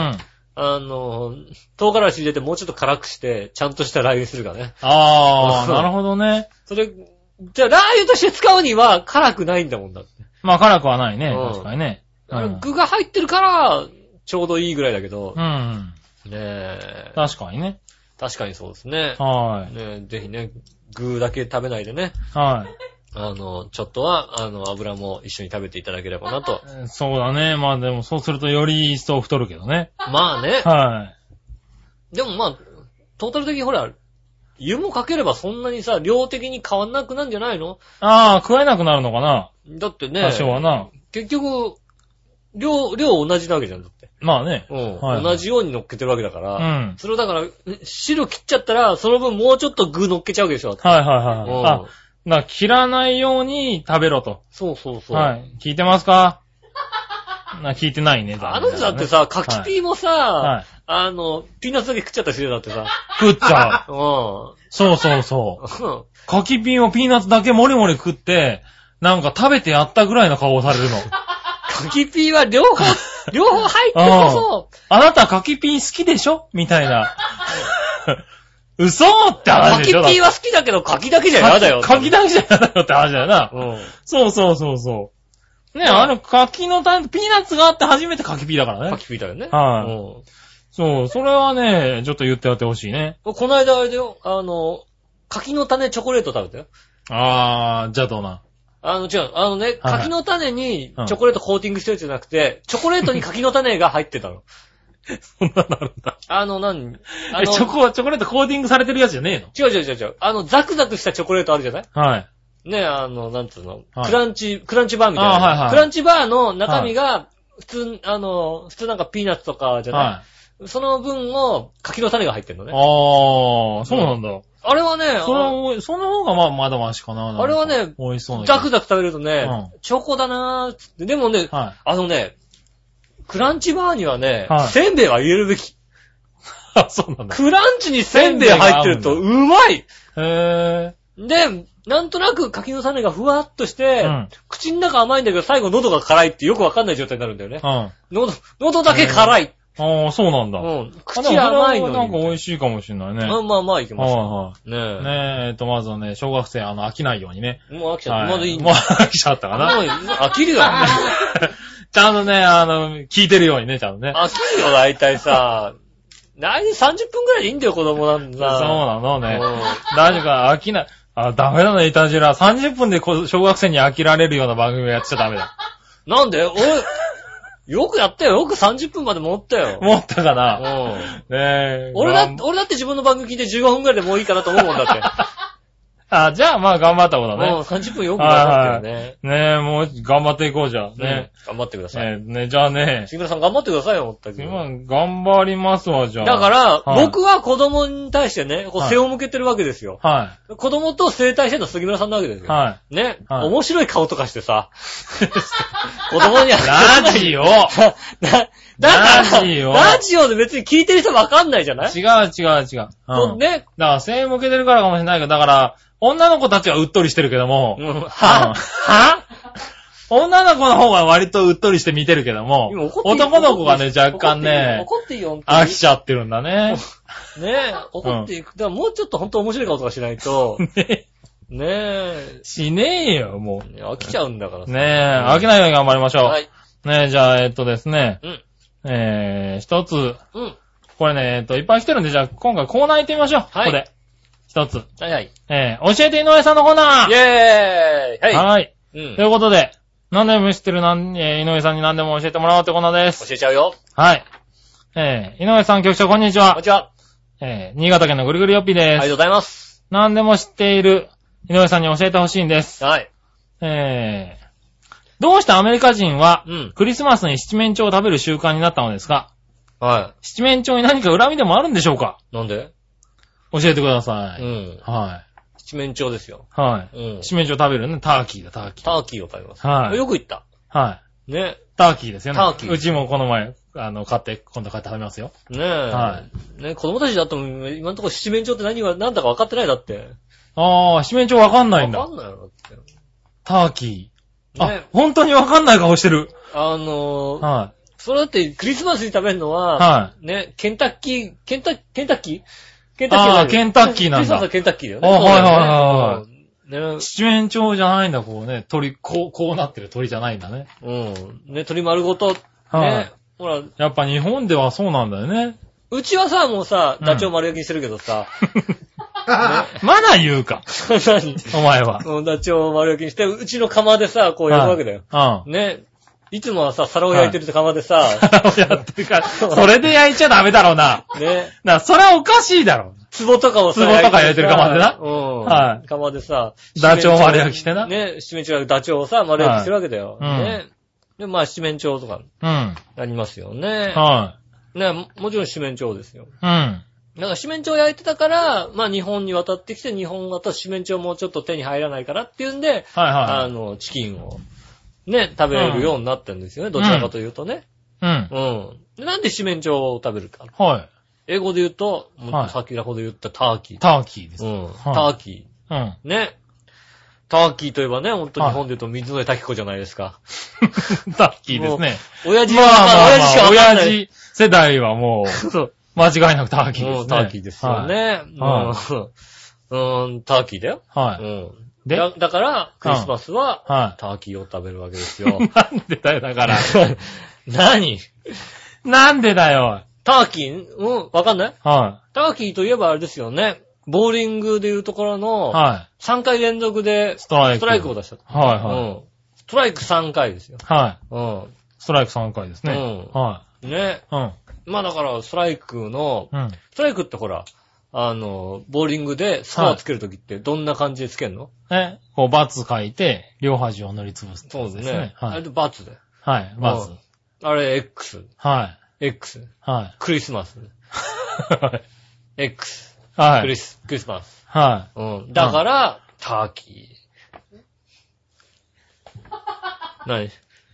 あの、唐辛子入れてもうちょっと辛くして、ちゃんとしたラー油にするかね。あそー、うなるほどね。それ、じゃあラー油として使うには辛くないんだもんだって。まあ、辛くはないね。うん確かにね。うん。うん具が入ってるから、ちょうどいいぐらいだけど、ねうん。え、確かにね。確かにそうですね。はねえぜひね、具だけ食べないでね、い。はい。あの、ちょっとは、あの、油も一緒に食べていただければな と。えーそうだね。まあでもそうするとより一層太るけどね。まあね、はでもまあ、トータル的にほら、湯もかければそんなにさ、量的に変わんなくなんじゃないのい。ああ、食えなくなるのかなだってね多、少はな。結局、量、量同じなわけじゃん、だって。まあね。うん。はい同じように乗っけてるわけだかうら。ん。それをだから、え汁切っちゃったら、その分もうちょっと具乗っけちゃうわけでしょ。だってはいはいはい。あう、んな、切らないように食べろと。そうそうそう。はい。聞いてますかな聞いてないね、あ残の念人だながらねってさ、柿ピーもさ、はいあの、ピーナッツだけ食っちゃった人だってさ。食っちゃう。うん。うそうそうそう。 ん 柿ピンをピーナッツだけもりもり食って、なんか食べてやったぐらいの顔をされるの。柿ピーは両 方、両方入ってこあなた柿ピン好きでしょみたいな。 嘘ってそ、話柿でしょピーはは好きだけど柿だけじゃやだよ。柿柿だけじゃ嫌だよって話だよな。うん。そうそうそうそう。ね、まああの柿の種、ピーナッツがあって初めて柿ピーだからね。柿ピーだよね。はいうんそう、それはね、ちょっと言ってやってほしいね。この間あれだよ、あの、柿の種チョコレート食べたよ。あー、じゃあどうな。あの、違う、あのね、はい柿の種にチョコレートコーティングしてるじゃなくて、チョコレートに柿の種が入ってたの。そ んなのあるんだ。あの、何あえ、チョの、コ、チョコレートコーティングされてるやつじゃねえの違う違う違う違う。あの、ザクザクしたチョコレートあるじゃないはい。ね、あの、なんつうの、はいクランチ、クランチバーみたいな。あはいはいクランチバーの中身が、普通、あの、普通なんかピーナッツとかじゃない、はい。その分を柿の種が入ってんのね。ああー、そうなんだ。れはね、それはおい、その方がまあ、まだマシかな。なんかあれはね美味しそうな。ザクザク食べるとね、うチョコだなーっつって。でもね、はあのね、クランチバーにはね、はいせんべいは入れるべき。い。 そうなんだ。クランチにせんべい入ってるとせんうまいへで、なんとなく柿の種がふわっとして、うん口の中甘いんだけど最後喉が辛いってよくわかんない状態になるんだよねぇー。。うん。喉、喉だけ辛い。ああ、そうなんだ。うん。あでも口甘いのこれはなんかに。美味しいかもしれないね。まあはまあまあ、いけいますよ。はねい。ねえ、えっと、まずはね、小学生、あの、飽きないようにね。え。もう飽きちゃった。まはだいいい。んもだ。う飽きちゃったかな。もう飽きる よ。飽ちゃんとね、あの、聞いてるようにね、ちゃんとね。きるよ、大体さ。大体30分くらいでいいんだよ、子供なんそうだ。なのねう。ん大丈夫か、飽きない。あ、ダメだね、イタジラ。30分でこ小学生に飽きられるような番組をやっちゃダメだ。なんで俺、よくやったよ。よく30分まで持ったよ。思ったかな。うんねえ。俺だ頑張、俺だって自分の番組聞いて15分くらいでもういいかなと思うもんだって。あ、じゃ あまあ頑張ったことうんだね。 30分よく頑張ったよね。ねえ、もう頑張っていこうじゃあ。ねうん頑張ってください。え。ねえ、じゃあね。杉村さん頑張ってくださいよ、思ったけど。今、頑張りますわ、じゃあ。だから、はい僕は子供に対してね、こうはい背を向けてるわけですよ。は子供と生対してるのは杉村さんなわけですい。よ。はね、はい面白い顔とかしてさ、 子供に い。は。ラジオだだから、ラジオラジオで別に聞いてる人わかんないじゃない、違う違う違う。こう。うんだね、から、背向けてるからかもしれないけど、だから、女の子たちはうっとりしてるけどもう、ん、うんはは女の子の方が割とうっとりして見てるけども今怒、っていい男の子がね、若干ね、怒っていいよ、怒っていいよ飽きちゃってるんだね。 ね怒っていく。だからもうちょっと本当面白い顔とかしないと、ねねえ、しねえよ、もね飽きちゃうんだからう。さねえ、飽きないように頑張りましょう。はい。ねえ、じゃあ、えっとですね。うんえー、一つ。うん。これね、えっと、いっぱい来てるんで、じゃあ、今回コーナー行ってみましょう。はいここで。一つ。はいはい。えー、教えて井上さんのコーナイェーーイははい。い。うんとい。うことで、何でも知ってるなん、えー井上さんに何でも教えてもらおうってコーナーです。教えちゃうよ。はい。えー、井上さん局長、こんにちこんはに。ちは。えー、新潟県のぐるぐるよっぴありでがす。とうございます。何でも知っている井上さんに教えてほしいんです。はい。えー、どうしてアメリカ人はうん、クリスマスに七面鳥を食べる習慣になったのですかは七面鳥に何か恨みでもあるんでしょうかい。なんで教えてくださうい。ん。は七面鳥ですよ。い。はい。うん。七面鳥食べるね。ターキーだ、ターキター。ーキーを食べます。はいよく言った。はい。ね。ターキーですよね。ターキーうちもこの前、あの、買って、今度買って食べますよ。ねえ。はね子供たちだっても今のところ七面鳥って何が、何だか分かってないだって。あー、七面鳥わかんないん分かだ。んないよだっターキて。ー。ねあ、本当にわかんない顔してる。あのー、はそれだってクリスマスに食べるのい。は、はい。ね、ケンタッキー、ケンタッ、ケンタッキーケンタッキーあー、じゃケないンタッキーなクリんスマスはだ。ケンタッキーだよね。あはいいはい。ね、七面鳥じゃないんだ、こうね。鳥、こう、こうなってる鳥じゃないんだね。うん。ね、鳥丸ごと、はねい。。ほら、やっぱ日本ではそうなんだよ ね。うちはさ、もうさ、うんダチョウ丸焼きにしてるけどさ、 まだ言うか。何お前は。うんダチョウ丸焼きにして、うちの釜でさ、こう焼くわけだよ。よ。うん。ね。いつもはさ、皿を焼いてる釜でさ、 やってるから、それで焼いちゃダメだろうな。ね、な、それはおかしいだろ。壺とかをさ、壺とか焼いてる釜でなうん。はい釜でさ、ダチョウ丸焼きしてなね、七面鳥、ダチョウをさ、丸焼きしてるわけだよ。はいうんね。で、まあ、七面鳥とかうん。ありますよね。はね、ももちろん七面鳥ですよ。い。うん。なんか四面鳥焼いてたから、まあ日本に渡ってきて、日本だと四面鳥もうちょっと手に入らないからっていうんで、はいあはの、チキンをね、食べれるようになってるんですよね、どちらかというとね。うん。うん。でなんで四面鳥を食べるか。は英語で言うと、もうはい先ほど言ったターキい。ー。ターキーです。うん。タはいーキうん。ー。ね。ターキーといえばね、ほんと日本で言うと水野江滝子じゃないですか。ターキーですね。親父、まあまあ、親父しかまあ、わかん親ない。父世代はもう、そう。間違いなくターキーですもね。うターキーですよね。はうん。うん、ターキーだよ。はい。うはい。ん。でだだから、クリスマスは、はターキーを食べるわけですい。 よ。なんでだよ、だから。何なんでだよ。ターキーうん、わかんないはターキーといえばあれですよね。ボーリングでいうところい。の、は3回連続でい。、ストライク。ストライクを出した。はいはうい。ん。ストライク3回ですよ。はい。うストライク3回ですね。うはん。ね。い。うん。まあだから、ストライクの、うん。ストライクってほら、あの、ボーリングでスコアつけるときってどんな感じでつけるの、え、こう、バツ書いて、両端を塗りつぶすってそうこでとすね。あはれい。でバツだよ。はい。バツう。んあれ、X。はい。 X。はクリスマス。い。 X。は クリい。ス、クリスマス。はうん。だから、ターキー。何い。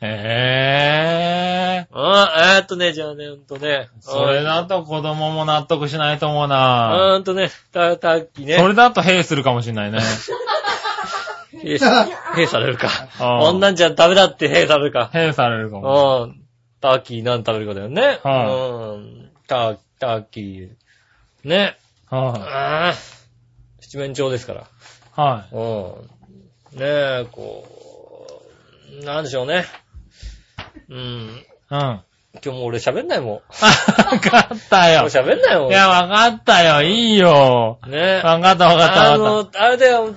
ええあえーっとね、じゃあね、ほんとね。ー。それだと子供も納得しないと思うなうーんとね、た、たっきね。それだとヘイするかもし れないね。へいさへいされるか。あーこんなんじゃダメだってへいされるか。ヘイされるかも。うん。ターキー何食べるかだよね。はうん。ター、ターキー。ね。はああ。七面鳥ですから。い。はうん。ねえ、こう、なんでしょうね。うん。い。うん。わ今日もう俺喋んないもん。かったもうよ。喋んないもん。いや、わかったよ。いいよ。ねえ。わかったわかったあわかっの、あれだよ、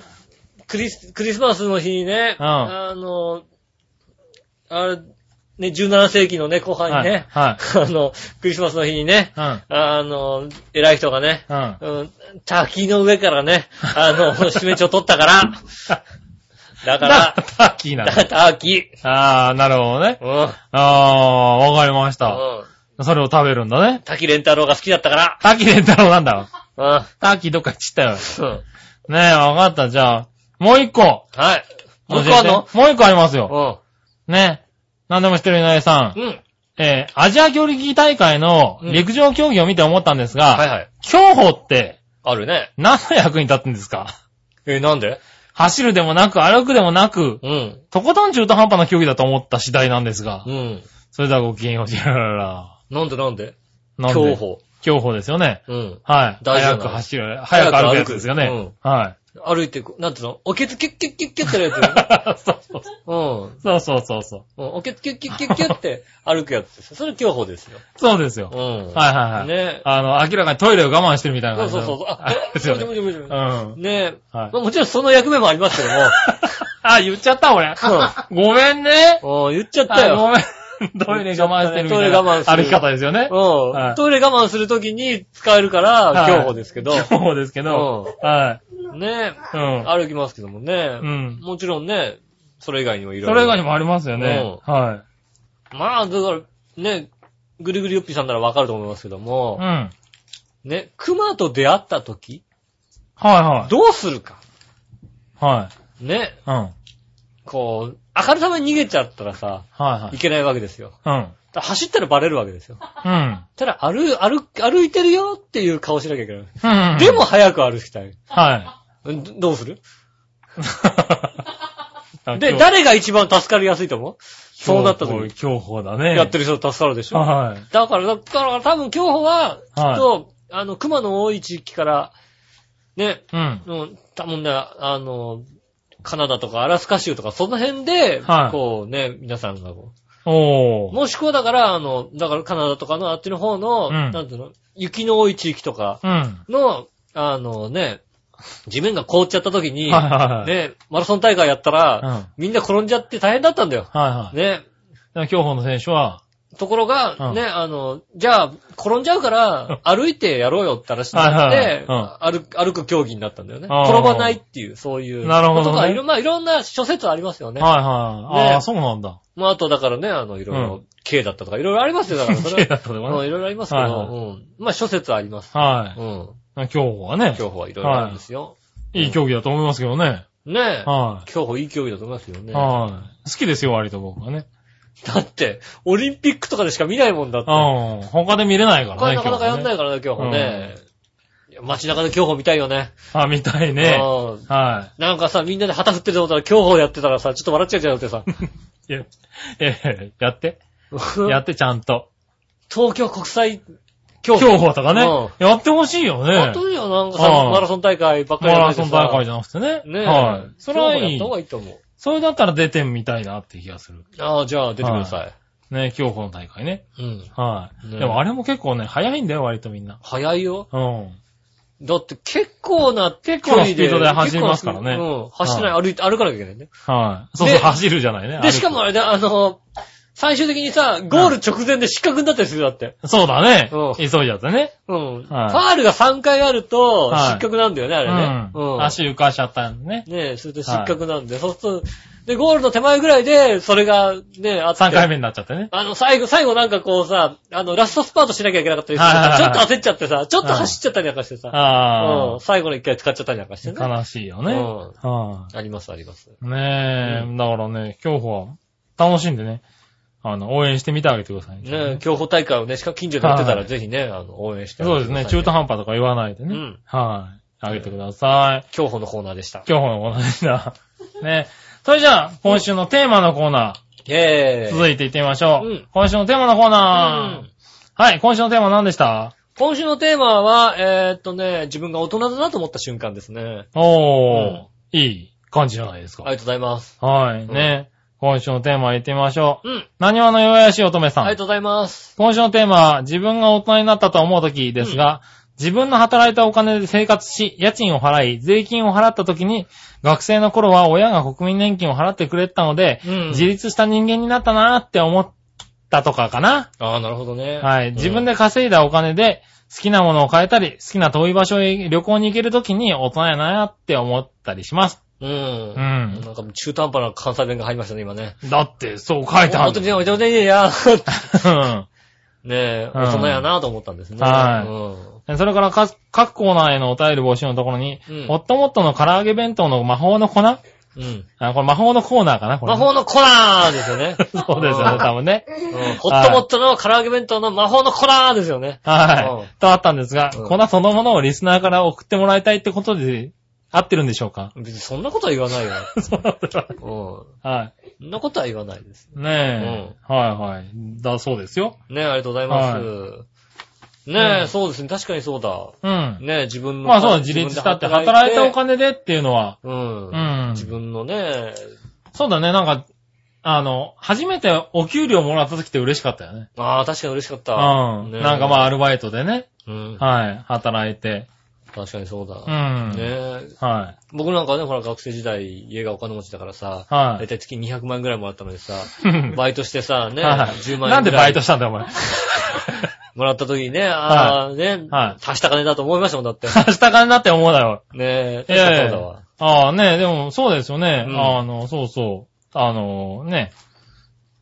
クリス、クリスマスの日にね、うんあの、あれ、ね、17世紀のね、後た。半にね、はい。 あの、クリスマスの日にね、はいあの、偉い人がね、うん。うん。うん、滝の上から ね、あの、締め帳取ったから、だから、タッキーなの。滝、ああ、なるほどね。うん、うん、ああ、わかりました。それを食べるんだね。滝蓮太郎が好きだったかタッキーレンタロウなんだ。ら、タッキーどっか行っちゃったよ。うん、うんねえ、わかった。じゃあ、もう一個。はい。もう一個あんのもう一個ありますよ。ねえ。何でも知ってる稲井さ。うんん、うん、えーアジア競技大会の陸上競技を見て思ったんですが、はいはい。競歩ってあるね。何の役に立つんですかえ、なんで走るでもなく、歩くでもなく、うん、とことん中途半端な競技だと思った次第なんですがう、ん。それではごきげんよう、じゃららら。なんでなんでなんで競。歩。競歩ですよね。うん。はい。大事な早のく走る。早く歩くやつですよ早く歩ね。はい。 歩いてこう、なんていうのおけつキュッキュッキュッキュッってやつ。そうそううん。うんそうそうそうそう。おけつキュッキュッキュッキュッって歩くやつですよ。それ競歩ですよ。そうですよ。うはん。いはいはい。ねあの、明らかにトイレを我慢してるみたいなそ感うじそうの。そう。ああ、 ですよもね。ちろんもちろんもうちろんん。ねえ。はいまあもちろんその役目もありますけどあ、言っちゃった俺。ごめんね。も。 うん。言っちゃったあごよ。めん。 トイレ我慢してるみたいな。トイレ我慢する歩き方ですよね。はういん。トイレ我慢するときに使えるかはら、い競歩ですけど。そうですけど。はい。ねうえ。ん。歩きますけどもねう。ん。もちろんね、それ以外にもいろいそろ。れ以外にもありますよね。はまあ、だから、ね、ぐりぐりよっぴーさんならわかると思いますけどい。うん。も、はいね、熊と出会った時、はどうするか。い。はい。ね、うん。はいこう、明るさまに逃げちゃったらさ、はいい。けないわけですよ。うん。だ走ったらバレるわけですよ。うん。ただ、歩、歩、歩いてるよっていう顔しなきゃいけない。うん。でも、早く歩きたい。はんどどうする い。で、誰が一番助かりやすいと思うそうなった時時。競歩だね。やってる人助かるでしょはい。だから、だから多分競歩は、きっと、あの、熊の多い地域から、ね、うん。うん、多分ね、あの、カナダとかアラスカ州とかその辺で、はいこうね、皆さんがこおう。ー。もしくはだから、あの、だからカナダとかのあっちの方の、うんなんていうの、雪の多い地域とかうん。はの、あのね、地面が凍っちゃった時いに、はいはい。ね、マラソン大会やったうん。ら、はいみんな転んじゃって大変だったんだよ。はい。ね。だから競歩の選手は、ところうが、んね、あの、じゃあ、転んじゃうから、歩いてやろうよって話になっはいはいて、は歩く歩く競技になったんだよね。あー転ばないっていう、そういう。なるほどねことがいろ、まあ、いろんな諸説ありますよはねい。はい。ねああ、そうなんだ。まあ、あと、だからね、あの、いろいうろ、刑だったとか、いろいろありますよ。だから、 それ刑だったとかねうんいろいろありますけど、はいはいうん。まあ、諸説あります。はうん。い。競歩はね、競歩はいろいろあるんですよ。いい競技だと思いますけどね。ねえ。は競歩いい競技だと思いますよい。ね。はい。好きですよ、割と僕はね。だって、オリンピックとかでしか見ないもんだって。うん。他で見れないから他ね。。なかなかやんないいからね、競歩ね。いや街中で競歩見たいよね。あ、見たいね。うんはなんかさ、みんなで旗振ってると思ったら、競歩やってたらさ、ちょっと笑っちゃうじゃなくてさ。い。いや、いやいやい ややって。 やって、ちゃんと。 東京国際競競歩とかねうん。やってほしいよね本。当によ、なんかうさ、んマラソン大会ばっかマりやラっててソさン大会じゃなくてね。ねえ。はい。それはいい競歩やった。方がいいと思う。それだったら出てみたいなって気がする。ああ、じゃあ出てくださね、競歩の大会ね。い。うん。はい。ねでもあれも結構ね、早いんだよ、割とみんな。早いよ。うん。だって結構な距離で、構なスピードで走りますから結ね構なうん。走らない、歩いて、歩かなきゃいけないね。はい。そうそでう、走るじゃないね。歩で、くしかもあれだ、あの、最終的にさ、ゴール直前で失格になったりするよだって。そうだねうん。急いじゃってね。うん。フはいァールが3回あると、はい失格なんだよね、あれね。うん足浮かしちゃったんでね。ねえ、それで失格なんで、そうすると、で、ゴールの手前ぐらいで、それがね、あって。 3回目になっちゃってね。あの、最後、最後なんかこうさ、あの、ラストスパートしなきゃいけなかったりすはいはいはいるちょっと焦っちゃってさ、ちょっと走っちゃったりなんかしてさ、あうん、最後の一回使っちゃったりなんかしてあ、ね。悲しいよね。うはあります、あります。い。ねえ、だからね、競歩は楽しんでね、あの、応援してみてあげてくださねいえ、競歩大会をね、しか近所でやってたはら、いぜひね、あの、応援してあげそうてでくすださいね、中途半端とか言わないでうね。ん。はい。あげてください。競歩のコーナーでした。今日の同じだ。ね。それじゃあ、今週のテーマのコーナイェー、ーイ。続いていってみましょう。うん今週のテーマのコーうナー。んはい、今週のテーマ何でした今週のテーマは、えーっとね、自分が大人だなと思った瞬間ですね。おー、うんいい感じじゃないですか。ありがとうございます。はい、ね。今週のテーマ行ってみましょう。うん。何話の弱々しい乙女さあん。りがとうございます。今週のテーマは、自分が大人になったと思うときですが、自分の働いたお金で生活し、家賃を払い、税金を払ったときに、学生の頃は親が国民年金を払ってくれてたので、うん自立した人間になったなーって思ったとかかな。ああ、なるほどね。 はい。自分で稼いだお金で、好きなものを買えたり、好きな遠い場所へ旅行に行けるときに大人やなーって思ったりします。うん。ううん。ん。なんか中途半端な関西弁が入りましたね、今ね。だって、そう書いてあ本る当。にね、お上手にねや。うん。ねえ、うん大人やなと思ったんですね。はいうん それから各、各コーナーへのお便り募集のところに、うんホットモットの唐揚げ弁当の魔法の粉あ、うん。これ魔法のコーナーかなこれ魔法のコラーですよね。そうですよね、多分ね。うんホットモットの唐揚げ弁当の魔法のコラーですよね。はうんい。とあったんですが、うん粉そのものをリスナーから送ってもらいたいってことで、合ってるんでしょ うか別にそんなことは言わないよ。そうなんだ。うはん。そんなことは言わないです。い。ねえ。はいはい。だそうですよ。ねえ、ありがとうございます。ねえ、そうですね。確かにそうだ。うん。ねえ、自分の。まあそう、自立したって、働いたお金。金でっていうのは、うん。うん自分のね、そうだね、なんか、あの、初めてお給料もらった時って嬉しかったよね。ああ、確かに嬉しかった。うん。ねえなんかまあ、アルバイトでね。うん。はい。働いて。確かにそううだ。ん。ねえ。はい。僕なんかね、ほら、学生時代、家がお金持ちだからさ、はだいい。たい月200万ぐらいもらったのでさ、バイトしてさ、ね、 はい10万な円んぐでらバいイトしたんだよ、お前。 もらった時にね、ああ、ね、は足した金だと思いましたもん、だって。明日金になって思うだよ。ねえ、いやいやそうだわ。ああ、ねでも、そうですよね。うんあの、そうそう。あの、ね。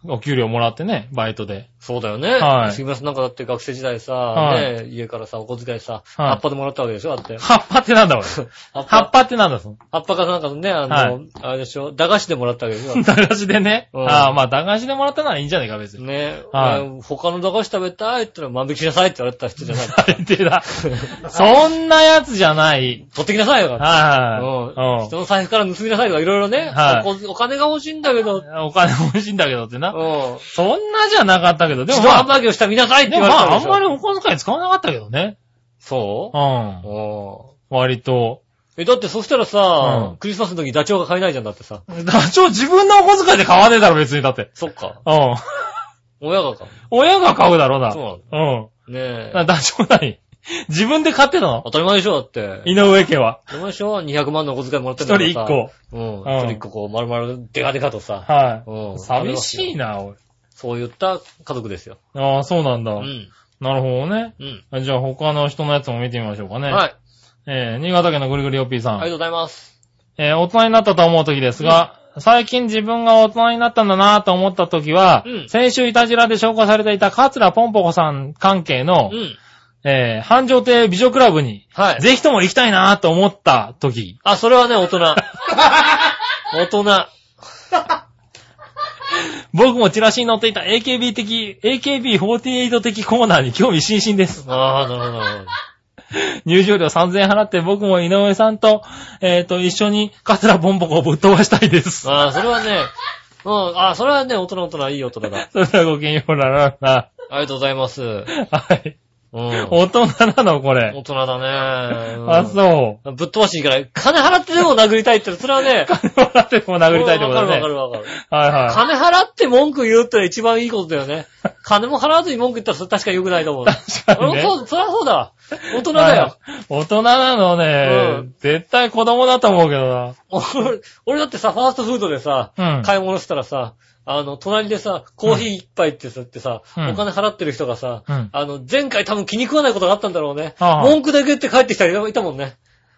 お給料もらってね、バイト で。そうだよね。はい杉村さんなんかだって学生時代さ、はいね、家からさ、お小遣いさ、はい葉っぱでもらったわけでしょだって。葉っぱってなんだ、俺。葉っ葉っぱ、ぱってなんだ、その。葉っぱかなんかのね、あの、はいあれでしょ駄菓子でもらったわけでしょ 駄菓子でね。うんああ、まあ、駄菓子でもらったならいいんじゃないか、 別に。ねえ、はいあの他の駄菓子食べたいって言ったら万引きしなさいって言われた人じゃない。最低だ。 そんなやつじゃない。取ってきなさいよ、だってはうん。人の財布から盗みなさいとかいろいろね、はいお小お金が欲しいんだけど、うい。うん。お金欲しいんだけどってな。ん。そんなじゃなかったけど、で自も動まあ販、売機をした見なさいってで言もわれまたであ、あしんょ。まりお小遣い使わなかったけどね。。そううんお割と。ーえ、だってそしたらさ、うんクリスマスの時ダチョウが買えないじゃんだってさ。ダチョウ自分のお小遣いで買わねえだろ、別にだって。そっか。うん。親がか。親が買うだろうな。そうなのうねん。え。なダチョウ何自分で買ってたの当たり前でしょだって。井上家は。当たり前でしょ ?200 万のお小遣いもらって一んだ人から一さ。個。うん。うん一人一個こう、丸々デカデカとさ。はうん。い。寂しいな。な、おい。そう言った家族ですよ。ああ、そうなんだう。ん。なるほどね。うん。じゃあ他の人のやつも見てみましょうかね。。はいい。えー、新潟県のぐりぐりおっぴーさ。ありがとうんございます。えー、大人になったと思う時ですが、最近自分が大人になったんだなと思った時は、うん先週いたじらで紹介されていた桂ぽんぽこさん関係の、うん。えー、繁盛亭美女クラブに、はい。ぜひとも行きたいなと思った時。 あ、それはね、大人。大人。僕もチラシに載っていた AKB 的、AKB48 的コーナーに興味津々です。ああ、なるほどなるほど。入場料3000円払って僕も井上さんと、えっ、と、一緒にカツラボンボコをぶっ飛ばしたいです。ああ、それはね、うん、ああ、それはね、大人大人、いい大人だ。それではごきげんようならな。ありがとうございます。うん。はい。大大人なの、これ。人だね。うんあ、そう。ぶっ飛ばしていいから、金払ってでも殴りたいって、それはね、金払っても 殴りたいってことわかね。るわかるわかる。はいは金払って文句言うってのは一番いいことだよね。金も払わずに文句言ったらそれ確かに良くないと思う。い。確かに俺ね。もそう、そりゃそうだわ。大人だよ。はい。大人なのね、うん絶対子供だと思うけどな。俺俺だってさ、ファーストフードでさ、うん買い物したらさ、あの、隣でさ、コーヒー一杯ってさ、ってさ、うんお金払ってる人がさ、うんあの、前回多分気に食わないことがあったんだろうね。ああ文句だけ言って帰ってきた人いたもんね。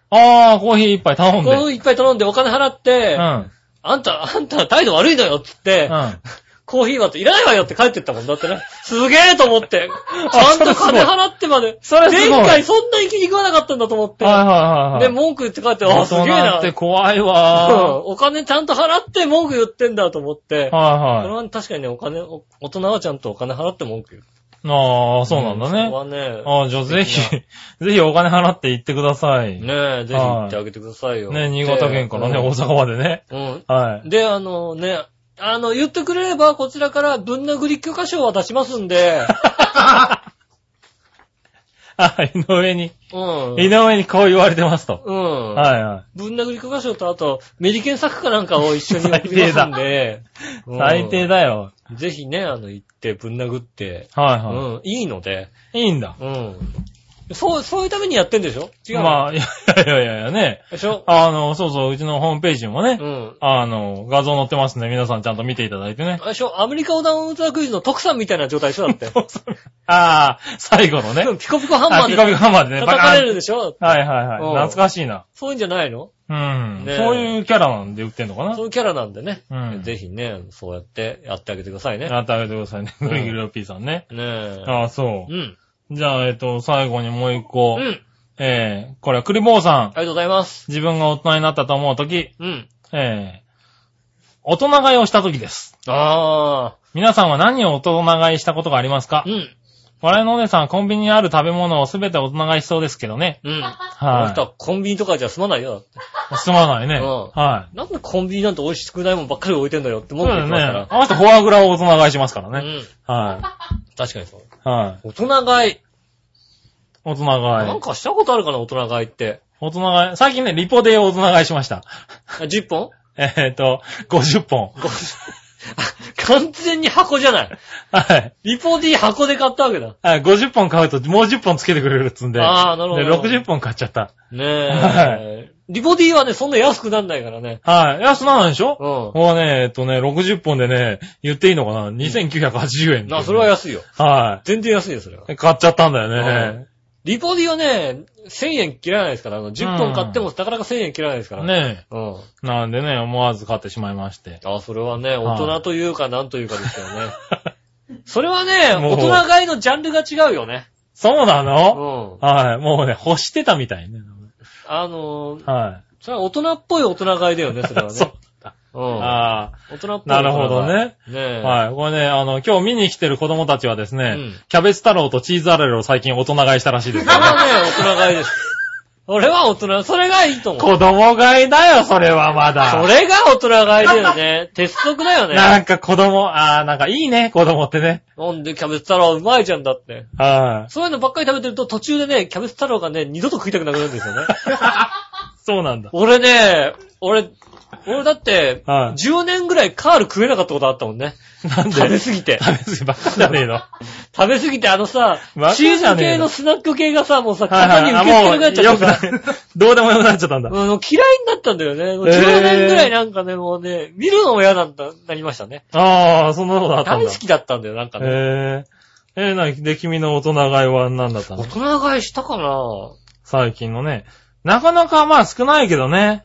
ああ、コーヒー一杯頼んコで。ーヒー一杯頼んでお金払って、うん。あんた、あんた態度悪いのよっつって、うん。コーヒーはっていらないわよって帰ってったもんだってね。すげえと思っ て。ちゃんと金払ってまで。それすごい前回そんなに気に食わなかったんだと思って。はいはいはい。で、、文句言って帰って、あ、大すげえ人な。っうてん怖い わお金ちゃんと払って文句言ってんだと思ってー。。はそいれはい。は確かにね、お金、お大人はちゃんとお金払って文句言う。ああ、そうなんだね。それはああ、じゃあぜひ、 ぜひお金払って行ってください。ね、ね、ねえ、ぜひ行ってあげてくださいよ。新潟県からね、で大阪までね。うん。はで、あのね、あの、言ってくれれば、こちらからぶん殴り許可証は出しますん で、い。あ、井上に、うん。井上にこう言われてますと。うん。はいはい。ぶん殴り許可証と、あと、メリケン作家なんかを一緒に送りますんで、うん 最低だよ。ぜひね、あの、行って、ぶん殴って、はいうはん、いいので、い。いいんだ。うん。そう、そういうためにやってんでしょ違うの。まあ、 いやいやいやいやね。でしょあの、そうそう、うちのホームページにもねう、ん。あの、画像載ってますね。皆さんちゃんと見ていただいてねあ。れでしょ、アメリカ横断ウルトラクイズの徳さんみたいな状態でしょだって。 ああ、最後のね。ピコピコハンマあーピでカピカハンマーでね、叩かれるでしょバカーンはいはいはい。うん懐かしいな。そういうんじゃないのうん。ねえそういうキャラなんで売ってんのかなそういうキャラなんでね。うんぜひね、そうやってやってあげてくださいね。ねあたべてくださいね。うんグリグリオピーさんね。え。ああ、そうう。ん。じゃあ、えっと、最後にもう一個。うん。ありええこれはクリボーさん。がとうございます。自分が大人になったと思うとき、うん。ええ大人買いをしたときです。あ皆さんは何を大人買いしたことがありますかあ。うん。我々のお姉さんはコンビニにある食べ物をすべて大人買いしそうですけどね。うん。あの人ははコンビニとかじゃ済まないよ。い。すまないね。うんはい。なんでコンビニなんて美味しくないもんばっかり置いてんだよってそ思うってだきよね。ますあかの人フォアグラを大人買いしますからら。ね。うん。は確かにそう。い。はい。大人買い。大人な買んい。かしたことあるかな、大人買いって。大人買い。最近ね、リポで大人買いしました。あ10本えっと、50本。完全に箱じゃない。はい。リポーティー箱で買ったわけだ。はい50本買うともう10本つけてくれるっつんで。あーなるほどで、60本買っちゃった。ねはえ。リポーティーはね、そんな安くなんないからね。はい。安ななんでしょうもうね、えっとね、60本でね、言っていいのかな ?2980 円。ん。な、それは安いよ。は全然安いよ、それは。い。買っちゃったんだはよねい。リポーティーはね、1000円切らないですから、あの、10本買ってもなかなか1000円切らないですから。。ねうん。え。なんでね、思わず買ってしまいまして。 あ、それはね、大はい人というか、なんというかですよね。 それはね、もう大人買いのジャンルが違うよね。そうなうのん。はい。もうね、欲してたみたいね。あのー、は。それは大人っぽい大人買いだ よね、それはいね。そう。うん。あ大人っぽい大あ、な人買い。るほどね。ねえ。はい。これね、あの、今日見に来てる子供たちはですね、うんキャベツ太郎とチーズアレルを最近大人買いしたらしいです それよ、はね、大人買いです。 俺は大人、それがいいと思う。 子供買いだよ、それはまだ。それが大人買いだよ ね。鉄則だよなね。んか子供、ああ、なんかいいね、子供ってね。なんでキャベツ太郎うまいじゃんだって。はい。そういうのばっかり食べてると途中でね、キャベツ太郎がね、二度と食いたくなくなるんですよね。そうなんだ。俺ね、俺、俺だって、はい10年ぐらいカール食えなかったことあったもんね。なんで食べすぎて。食べ過ぎばっかじゃねえの。 食べすぎてあのさバカ、チじゃねえーのズ系のスナック系がさ、もうさ、はい体はにい受け付けなくなっちゃってさ。あもうよくないどうでもよくなっちゃったんだ。 うん、もう嫌いになったんだよね。もうへ10ー年ぐらいなんかね、もうね、見るのも嫌なんだ、なりましたね。ああ、そんなことあったん大だ。好きだったんだよ、なんかね。えー、えー、な、で、君の大人買いは何だった大の人買いしたかな最近のね。なかなかまあ少ないけどね。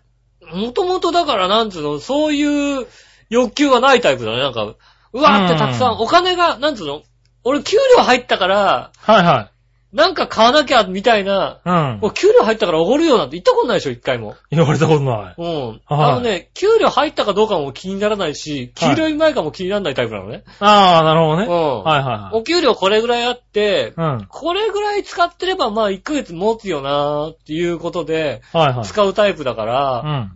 もともとだから、なんつうの、そういう欲求はないタイプだね。なんか、うわーってたくさん、うんお金が、なんつうの、俺給料入ったから、はいはなんか買わなきゃ、みたいな、うん。もう給料入ったからおごるよなんて言ったことないでしょ、一回も。言われたことない。うん。あのね、給料入ったかどうかも気にならないし、給はい料前かも気にならないタイプなのね。ああ、なるほどね。うん。はいはお給料これぐらいあってい、はい。うん。これぐらい使ってればまあ1ヶ月持つよなーっていうことではいはい。使うタイプだから、うん。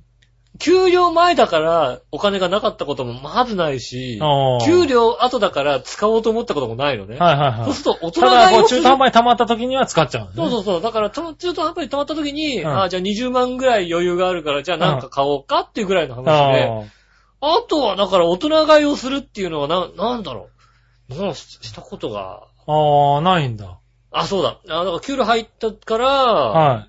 給料前だからお金がなかったこともまずないし、おー給料後だから使おうと思ったこともないのね。はいはそういはい。すると大人たがだ、こ用う、意す中る途半端に溜まった時には使っちゃうんですそね。うそうそう。だから、と中途半端に溜まった時に、うんああ、じゃあ20万ぐらい余裕があるから、じゃあなんか買おうかっていうぐらいの話で、ああとは、だから大人買いをするっていうのはな、なんだろう。もうししたことが、あああ、ないんだ。あ、そうだ。あだから、給料入ったから、は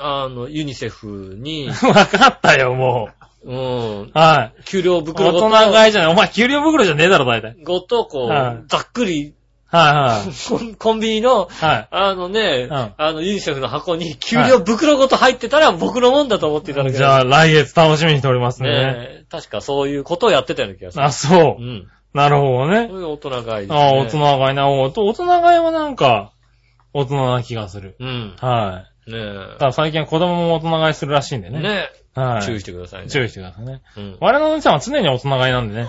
あの、ユニセフに、い。わかったよ、もうん、う。はい。給料袋大ご人と、買いじゃない。お前、給料袋じゃねえだろ、大体。ごと、こう、はいざっくり、はいはコい。ンコンビニの、 はい。あのね、んあの、ユニセフの箱に給料袋ごと入ってたら僕のもんだと思っていただければじゃあ、来月楽しみにしておりますね。ねえ、確かそういうことをやってたような気がする。あ、そうう。ん。なるほそどうね。いう大人買いです、ね。ああ、大人。買いな。おと大人買いはなんか、大人な気がする。うん。はねい。ただ最近は子供も大人買いするらしいんでえ。ね。ねはえ。注意い。してくださいね。注意してくださいね。うん。我々のお姉さんは常に大人買いなんでね。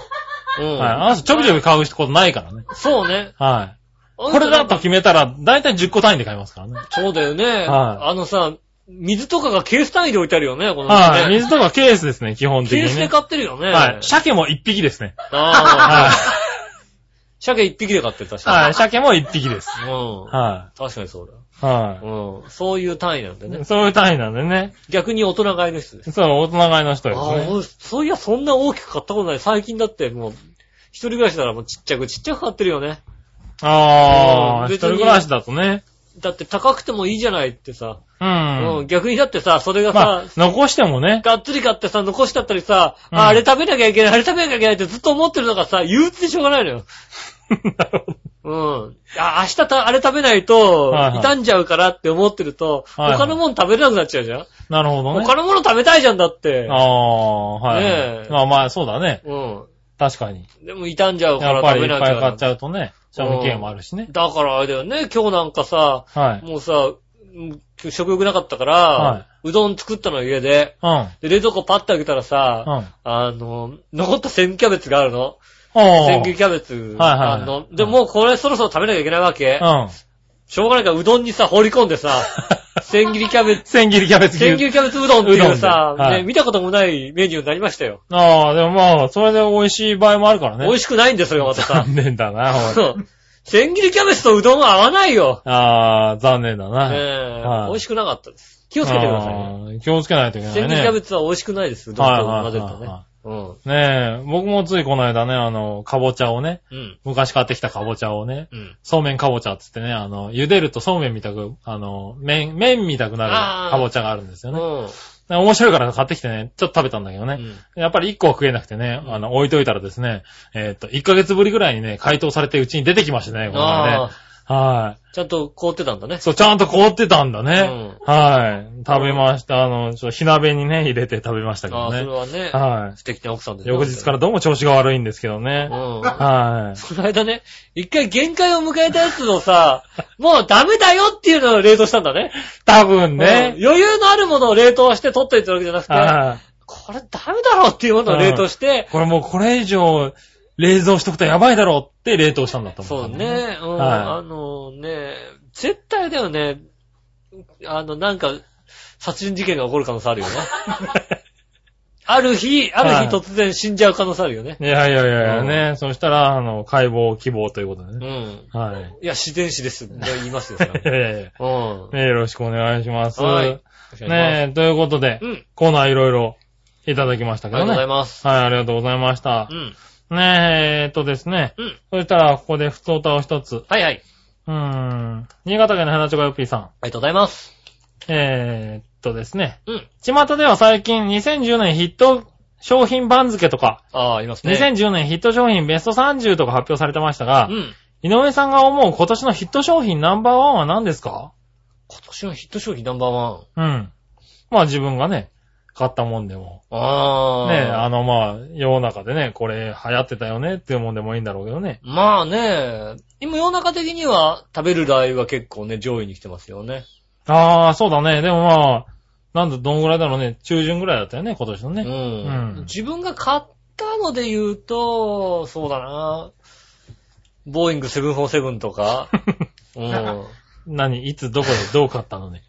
うんはい。あの人ちょびちょび買うことないからね。そうね。はい。ここれだと決めたら、だいたい10個単位で買いますからね。そうだよね。あのさ、水とかがケース単位で置いてあるよね、このねはい。水とかケースですね、基本的ケーにスでね。買ってるよね。はい。鮭も1 匹ですね。ああ。は鮭一匹で買ってたし。い。はい。鮭も1匹です。うん。は確かにそうだ。い。はうん。そういう単位なんだよねい。。そういう単位なんでね。逆に大人買いの人です。そう、大人買いの人ですああ、ね。俺そういや、そんな大きく買ったことない。最近だってもう、一人暮らしならもうちっちゃくちっちゃく買ってるよね。うああ、ん一別に人暮らしだとね。だって高くてもいいじゃないってさ。ううんん。。逆にだってさ、それがまあさ、、残してもね。 がっつり買ってさ、残しちゃったりさ、うんああれ食べなきゃいけない、あれ食べなきゃいけないってずっと思ってるのがさ、憂鬱でしょうがないのよ。なるほどうん。あ、明日たあれ食べないとはいは、い傷んじゃうからって思ってると、はいはい他のもの食べれなくなっちゃうじゃん、なるほどね。他のもの食べたいじゃんだって。ああ、はいはねえい。まあまあ、そうだね。うん。確かに。でも傷んじゃうかやらっぱ食りいべっぱないきゃ買っちゃうとね、賞味期限もあるしね。だからあれだよね、今日なんかさ、はい。もうさ、うん食欲なかったから、はうどん作ったの家で。うん。うん。で、冷蔵庫パッと開けたらさ、ああの、残った千キャベツがあるの。千あ。切りキャベツはいはいはいあの。で、もうこれそろそろ食べなきゃいけないわけ。うん。しょうがないからうどんにさ、放り込んで さ、千切りキャベツ、千切りキャベツ牛千切りキャベツうどんっていうさうどん、ではいね見たこともないメニューになりましたよ。ああ、でもまあ、それで美味しい場合もあるから美ね。しい。味しくないんですよ、また さ。残念だな、おいそう千切りキャベツとうどんは合わないよ。ああ、残念だな。ねえはい美味しくなかったです。気をつけてくださいね。ああ気をつけないといけないね。千切りキャベツは美味しくないです。うどんと混ぜるはいはいはいはとね。ねえ、僕もついこの間ね、あの、かぼちゃをね、うん。うん。昔買ってきたかぼちゃをね、うん。そうめんかぼちゃっつってね、あの、茹でるとそうめんみたく、あの、麺、麺みたくなあーるかぼちゃがあるんですうん。よね。面白いから買ってきてね、ちょっと食べたんだけどうね。んやっぱり1個は食えなくてね、あの、置いといたらですね、えーっと、1ヶ月ぶりぐらいにね、解凍されてうちに出てきましたね、この前あねあ。、はい。ちゃんと凍ってたんだね。そう、ちゃんと凍ってたんだね。はい。食べました。あの、ちょっと火鍋にね、入れて食べましたけあどあ、それね。はね、は素敵な奥さんでい。すね翌日からどうも調子が悪いんですけどね。うん。はい。この間ね、一回限界を迎えたやつをさ、 もうダメだよっていうのを冷凍したんだね。多分うね。ん余裕のあるものを冷凍して取っていたわけじゃなくて、はこれダメだろっていうものを冷凍してい。、これもうこれ以上、冷蔵しとくとやばいだろうって冷凍したんだとそ思うう。ね、うん、はいあのね、絶対だよね、あの、なんか、殺人事件が起こる可能性あるよ ね。ある日、ある日はい突然死んじゃう可能性あるよね。いやいやいやいやね。そしたら、あの、解剖希望ということでうね。ん。はい。いや、自然死です。言いますよ、それい やいやいやは。うん。ねよろしくお願いします。はいねえ、ということでう、ん。コーナーいろいろいただきましたありがけとどうごね。ざいはい、ます。ありがとうございましたう。ん。ねえ、えーっとですね。うん。そしたら、ここで普通歌を一つ。はいはい。うーん。新潟県の花ちょこよっぴーさん。ありがとうございます。えー、っとですね。うん。巷では最近2010年ヒット商品番付とか、ああ、いますね。 2010年ヒット商品ベスト30とか発表されてましたがう、ん。井上さんが思う今年のヒット商品ナンバーワンは何ですか今年のヒット商品ナンバーワン。うん。まあ自分がね、買ったもんでも。ああ。ねえ、あの、まあ、世の中でね、これ流行ってたよねっていうもんでもいいんだろうけどね。まあね、今世の中的には食べるラー油は結構ね、上位に来てますよね。ああ、そうだね。でもまあ、なんだ、どんぐらいだろうね。中旬ぐらいだったよね、今年のうね。ん。うん自分が買ったので言うと、そうだな。ボーイング747と か。うん。何いつどこでどう買ったのね。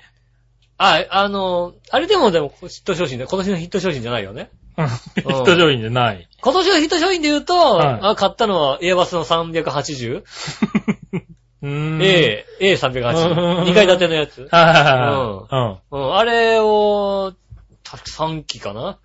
あ、あの、あれでもでもヒット商品で、今年のヒット商品じゃないよね。うんヒット商品じゃない。今年のヒット商品で言うと、はいあ買ったのはエアバスの 380?A、うーん。 A、うん A380。2階建てのやつ。はいはいはいはい。うん、あれを、た3機かな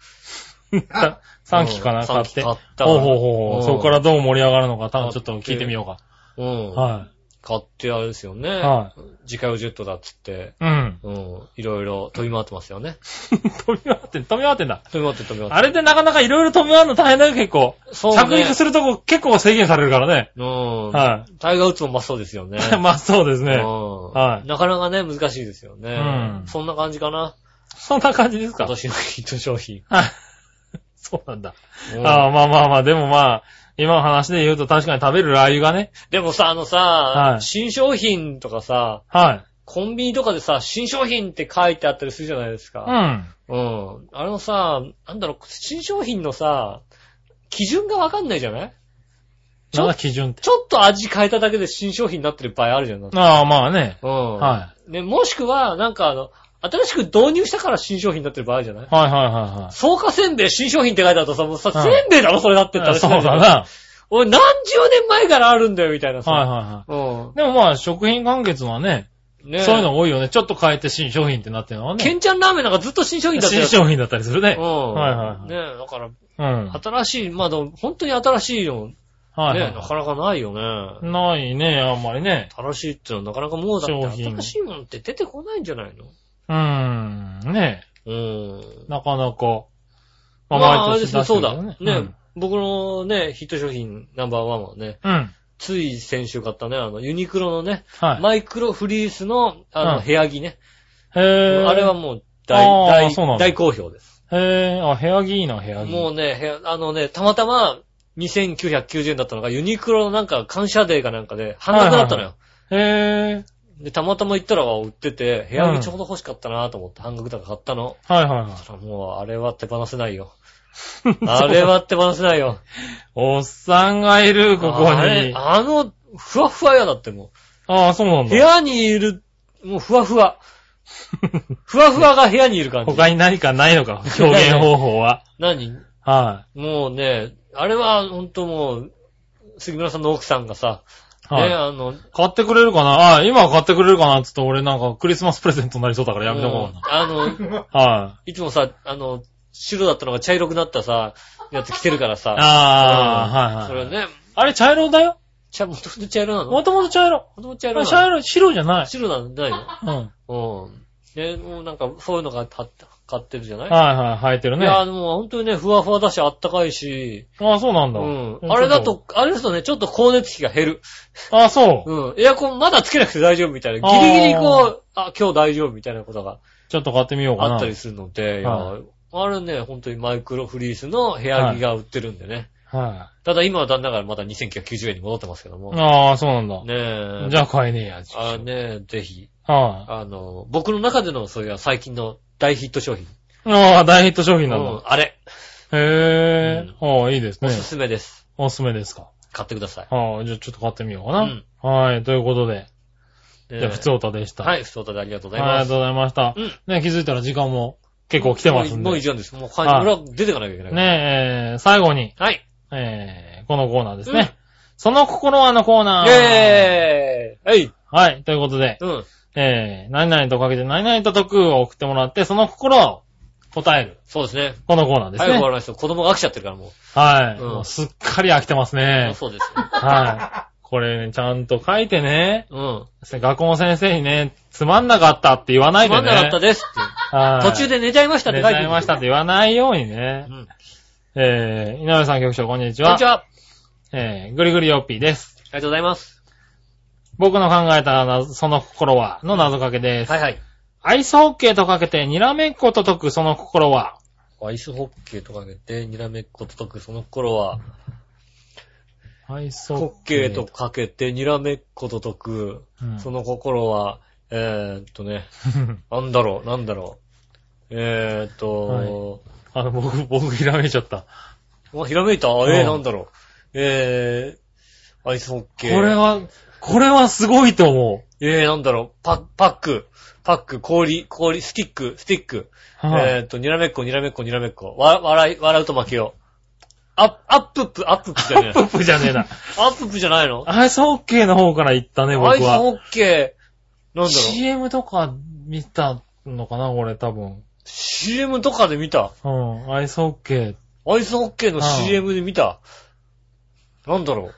うん。さ3期かうなん買っ三期て。買ったほうほうほうほうう。んそこからどう盛り上がるのか、多分ちょっと聞いてみようか。うん。は買ってあれですよね。い。は自家用ジェットだっつって、い。 うん。うん。いろいろ飛び回ってますよね。飛び回ってん、飛び回ってんだ。飛び回って飛び回って。あれでなかなかいろいろ飛び回るの大変だよ、結構。そうね。着陸するとこ結構制限されるからね。うん。はタイガーウッズもまあそうですよね。い。まあそうです うね。んはいなかなかね、難しいですよね。うんそんな感じかな。そんな感じです今か。年のヒット商品。はい。 そうなんだ。うんああ、まあまあまあ、でもまあ、今の話で言うと確かに食べるラー油がね。でもさ、あのさ、はい新商品とかさ、はい。コンビニとかでさ、新商品って書いてあったりするじゃないですうか。ん。うん。あれのさ、なんだろう、新商品のさ、基準がわかんないじゃないちなんょだ基準って。ちょっと味変えただけで新商品になってる場合あるじゃん。ああ、まあね。うん。。はいね、もしくは、なんかあの、新しく導入したから新商品になってる場合じゃないはいはいはいはい。草加せんべい新商品って書いてあるとさ、もうさ、はいせんべいだろ、それだってったらそうだ。な。俺何十年前からあるんだよ、みたいなさ。はいはうんいはい。でもまあ、食品関月はね、ねえそういうの多いよね。ちょっと変えて新商品ってなってるのはケね。ンちゃんラーメンなんかずっと新商品だった新よ。商品だったりするね。うはん。はいはいねえ、だから、い。うん。新しい、まあでも、本当に新しいよ。ねはいえ、なはかなかないよね。い。ないね、あんまりね。新しいってのはなかなかもうだ商って、品新しいもんって出てこないんじゃないのうーん、ねうん。なかなか。ままあ、あれ毎で年すね、出しそてるうけだ。どねえ、僕のね、ヒット商品ナンバーワンはね、うん。うんつい先週買ったね、あの、ユニクロのね、はい。マイクロフリースの、あの、うん部屋着ね。へーあれはもう大、あー大そうなんだ大好評です。へえ、あ、部屋着いいな、部屋着。もうね、部屋あのね、たまたま2990円だったのが、ユニクロのなんか感謝デーかなんかで半額だったのよ。へえ、で、たまたま行ったら売ってて、部屋着ちょうど欲しかったなと思って半額だから買ったの。はいはいはただもう、あれは手放せない よ。い。 あれは手放せないよ。 おっさんがいる、ここあれに。ああの、ふわふわやだってもあ、そうなんう。だ。部屋にいる、もうふわふわ。ふわふわが部屋にいる感じ。 他に何かないのか、表現方法は。何はもうね、あれはほんともう、杉村さんの奥さんがさ、い。はね、い。あの、買ってくれるかなあ今買ってくれるかなっつって俺なんかクリスマスプレゼントになりそうだからやめとこうんうあの、かな。はい。いつもさ、あの、白だったのが茶色くなったさ、やつ着てるからさ。ああ、そはれいはい。ね、あれ茶色だよ茶、もともと茶色なのもともと茶色。もともと茶色あれなの茶色、白じゃない。白なんじゃないうん。はいのうん。で、もうなんか、そういうのが買って買ってるじゃないはい、生えてるいね。や、あでも本当にね、ふわふわだし、あったかいし、あ、そうなんうだ。ん。あれだと。、あれだとね、ちょっと高熱費が減る。ああ、そう。うん。エアコンまだつけなくて大丈夫みたいな。あーギリギリこう、あ、今日大丈夫みたいなことがちょっと買ってみようかな。あったりするので、いやはあれね、本当にマイクロフリースの部屋着が売ってるんでね。はただ今はだんだからまだ2990円に戻ってますけども。い。ねああ、そうなんだ。え。じゃあ買えねえや。あ。ねえ、ぜひ。はい。あの、僕の中でのそういう最近の大ヒット商品。ああ、大ヒット商品なんうんだ。あれ、へえ。ああ、いいですおね。すすめです。おすすめですか。買ってください。ああ、じゃあちょっと買ってみようかう。なんはい、ということで。じじゃあ、普通歌でした。。はいい、普通歌でありがとうごあざいりがますと。うございましたうん。ね、気づいたら時間も結構来てますもんうもうで以。上です。もう、ははいい、俺は出てかなきゃいけない。。ねえー、最後に、はい。えー、このコーナーですうんね。その心はのコーナイー。ェーイはい。はい、ということで、うん。えー、何々とかけて何々と得を送ってもらって、その心を答える。そうですね。このコーナーです早く終わね。らないと子供が飽きちゃってるからもはい。うんもうすっかり飽きてますねう。。そうですよ。はい。これね、ちゃんと書いてね。うん。学校の先生にね、つまんなかったって言わないつでね。まんなかったですっていう。はい途中で寝ちゃいましたって寝書ちいてゃいましたって言わないようにねう。ん。えー、井上さん局長、こんにちこんは。にちは。あえー、ぐりぐりよっぴーです。りがとうございます。僕の考えた謎その心は、の謎かけです。はいはい。アイスホッケーとかけて、にらめっこと解くその心は、アイスホッケーとかで、にらめっこと解く、その頃は、アイスホッケーとかけて、にらめっこと解く、うんその心は、えー、っとね、なんだろう、なんだろう。えー、っと、 あ、僕、僕、ひらめいちゃった。あひらめいたえうー、んなんだろう。えー、アイスホッケー。これは、これはすごいと思えー、なんだろう、パッ、パック、パック、氷、氷、スティック、スティック。う。はい。えー、っと、にらめっこ、にらめっこ、にらめっこ。わ、笑い、笑うと負けよう。アッ、アップップ、アップップじゃねえプ。ップじゃねえな。アップップじゃないのアイスホッケーの方から行ったね、僕は。アイスホッケー、なんだろう、 CM とか見たのかな、俺多分。 CM とかで見た。うん、アイスホッケー。アイスホッケーのうん CM で見た。なんだろう。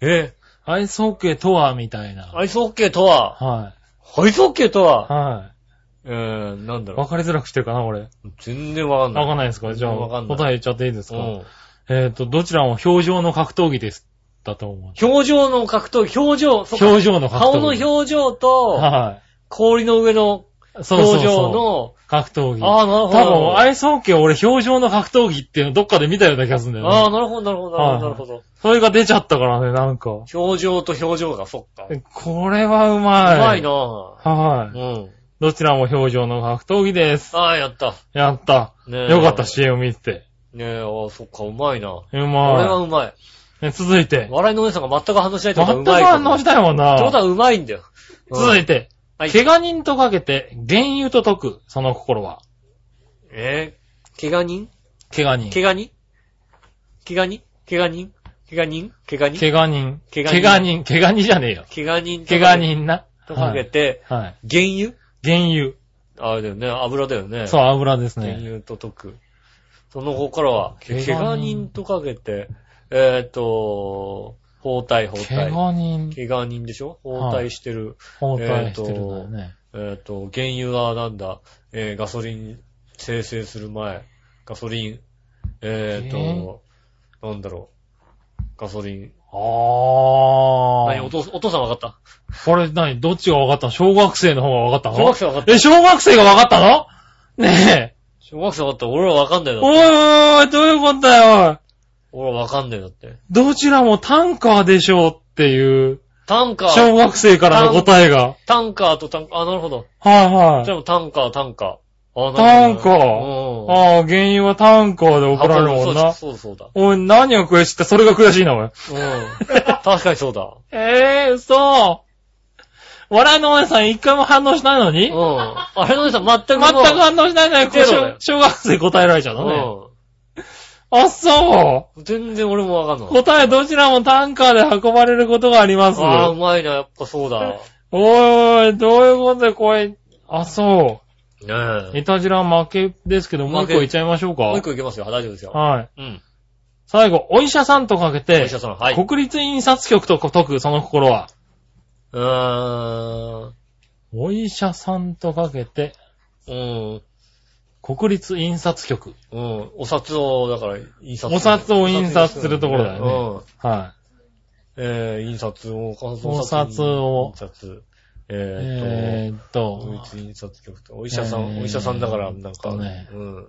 えアイスホッケーとは、みたいな。ー、アイスホッケーとは、はアイスホッケーとい。は、はえー、なんだい。ろわかりづらくしてるかな、俺。う。全然わかんない。わかんないですかじゃあ、わかんない答え言っちゃっていいですかうんえっと、どちらも表情の格闘技です。だと思う。表情の格闘、表情、そっか表情の格闘技。顔の表情と、は氷の上のい。そうそう表情そう。の、格闘技。ああ、なるほど。多分、アイスホッケー俺表情の格闘技っていうのどっかで見たような気がするんだよああ、ね。なるほど、なるほど、なるほど、なるほど。それが出ちゃったからね、なんか。表情と表情が、そっか。うこれはうまい。まいなぁ。はうい。ん。どちらも表情の格闘技です。ああ、やった。やった。ねえよかった、。CM 見てねえ、ああ、そっか、うまいな。て。うこれはまうまい。い。ね続いて。笑いのお姉さんが全く反応しないって全ことはうまくいこと。反応したいもんなってこと。はうまいんだよ。うん続いて。はい怪我人とかけて、原油と解く、その心は。えー、怪我人怪我人。怪我人怪我人怪我人怪我人怪我人怪我人怪我人。怪我人。怪我人じゃねえよ。怪我人怪我人な。とかはけい。て、はい原油原油。あれだよね、油だよね。そう、油です原ね。油と解く。その後からは、怪怪我人我人とかけて、えっ、と、包帯、包帯。怪我人。怪我人でしょ包帯してる。包帯してるんだよね。えっ、と、原油はなんだ、えーガソリン生成する前、ガソリン、えっ、と、なんだろう、ガソリン。あ何おー。父お父さん分かったこれ何どっちが分かったの小学生の方が分かったの小学生分かったえ、小学生が分かったのね小学生分かった俺ら分かんないえ。よおだいって。おいおい、どういうことだよ。俺ら分かんないよだって。どちらもタンカーでしょうっていう、タンカー、小学生からの答えが。タンカーとタンカー、あ、なるほど。はいはじい。ゃあタンカー、タンカー。あタンカーうん。ああ、原因はタンカーで怒られるもんな。そうそうそうおい、何が悔しいって、それが悔しいな、おだ。うい。ん。 確かにそうだ。ええー、嘘。笑いのお姉さん一回も反応しないのにうん。あれのおじさん、全く全くもう反応しないのに、これゼロだよ小学生答えられちゃうのね。あ、そうん。全然俺もわかんう。ない。答えどちらもタンカーで運ばれることがあります。ああ、うおいまいな、やっぱそうだ。ねおい、どういうことでこれ、あ、そえう。。いたじら負けですけど、も負う一け個いっちゃいましょうか。もう一個いけますよ。大丈夫ですよ。はい。うん。最後、お医者さんとかけおて医者、さん、はい。う国立印刷局と解く、その心は。ーん。お医者さんとかけて、うん。国立印刷局。うん。お札を、だから、印刷する。お札を印刷するところだよね。はい。うん。えー、印刷を、お札を印刷。えーっえーっと、と統、一印刷局と、お医者さえん、ーお医者さんだから、なんえーっか、とねうん。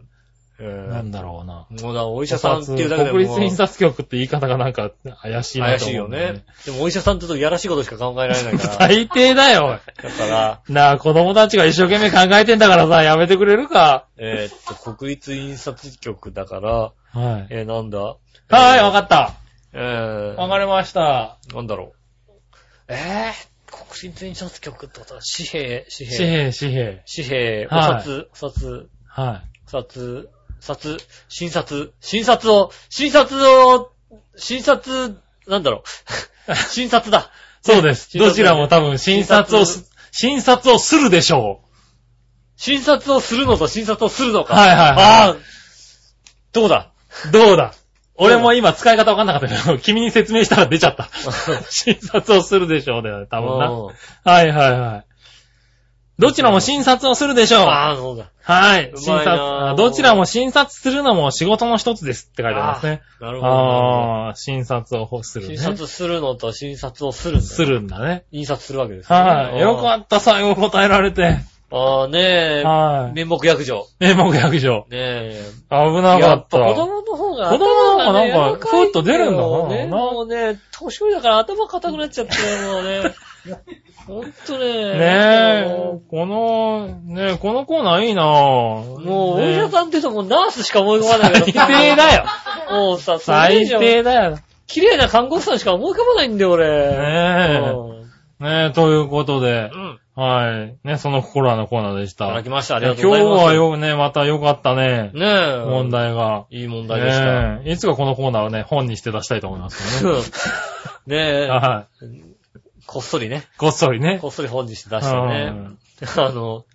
えなーんだろうな。もうだ、おお医者さんっていうだけでもう国立印刷局って言い方がなんか怪しいな怪としい思ようんだよね。。でもお医者さんって言うとやらしいことしか考えられないから。最低だだよ、から、おいなあ、子供たちが一生懸命考えてんだからさ、やめてくれるか。えーっと、国立印刷局だから、はい。えー、なんだははい、わかった。えー、わかりました。なんだろう。えぇ、国立印刷局ってことは、紙幣、紙紙幣、幣、紙幣。紙幣、おはい札、お札、は札、札、新札、新札を、新札を、新札、なんだろう。 新札だ。い。そうです。診察どちらも多分診察をす、診察をするでしょ新札をするのと新札をするのう。か。。はいいはいはああ、どうだい。どうだ俺も今使い方わかんなかったけど、 君に説明したら出ちゃった。診察をするでしょうだよね、多分な。うんはいはいはい。どちらも診察をするでしょう。ああ、そうだ。はい。う診まい察なああ。どちらも診察するのも仕事の一つですって書いてありますね。なるほどなるああー、診察をすほど。る、新ね。札するのと新札をするんだ。するんだね。印刷するわけですねはい。よっかった、最後答えられて。ああ、ねえ、はい。面目役所。名目役所。ねえ。危なかやっった。ぱ子供の方が、子供の方がなん頭柔からいよふっと出るんだなね、なもうね、年寄りだから頭固くなっちゃって、もうね。 ほんとね。ねえも、この、ねえ、このコーナーいいなぁ。うもう、おね医え者さんって言うともうナースしか思い浮かばない最低だよ。よ。もうさ、それ以最上低だよ。綺麗な看護師さんしか思い浮かばないんだよ、俺。ねうんえ。ねえ、ということでう、ん。はい。ね、その心はのコーナーでしいたただ。きました。あり今が日とうございます。はよ、ね、また良かったね。ねえ。問。題が。いい問題でした。ねえ。いつかこのコーナーをね、本にして出したいと思いますけどね。うん ねえ、はこっそりね。い。こっそりね。こっそり本にして出したうね。ん あの、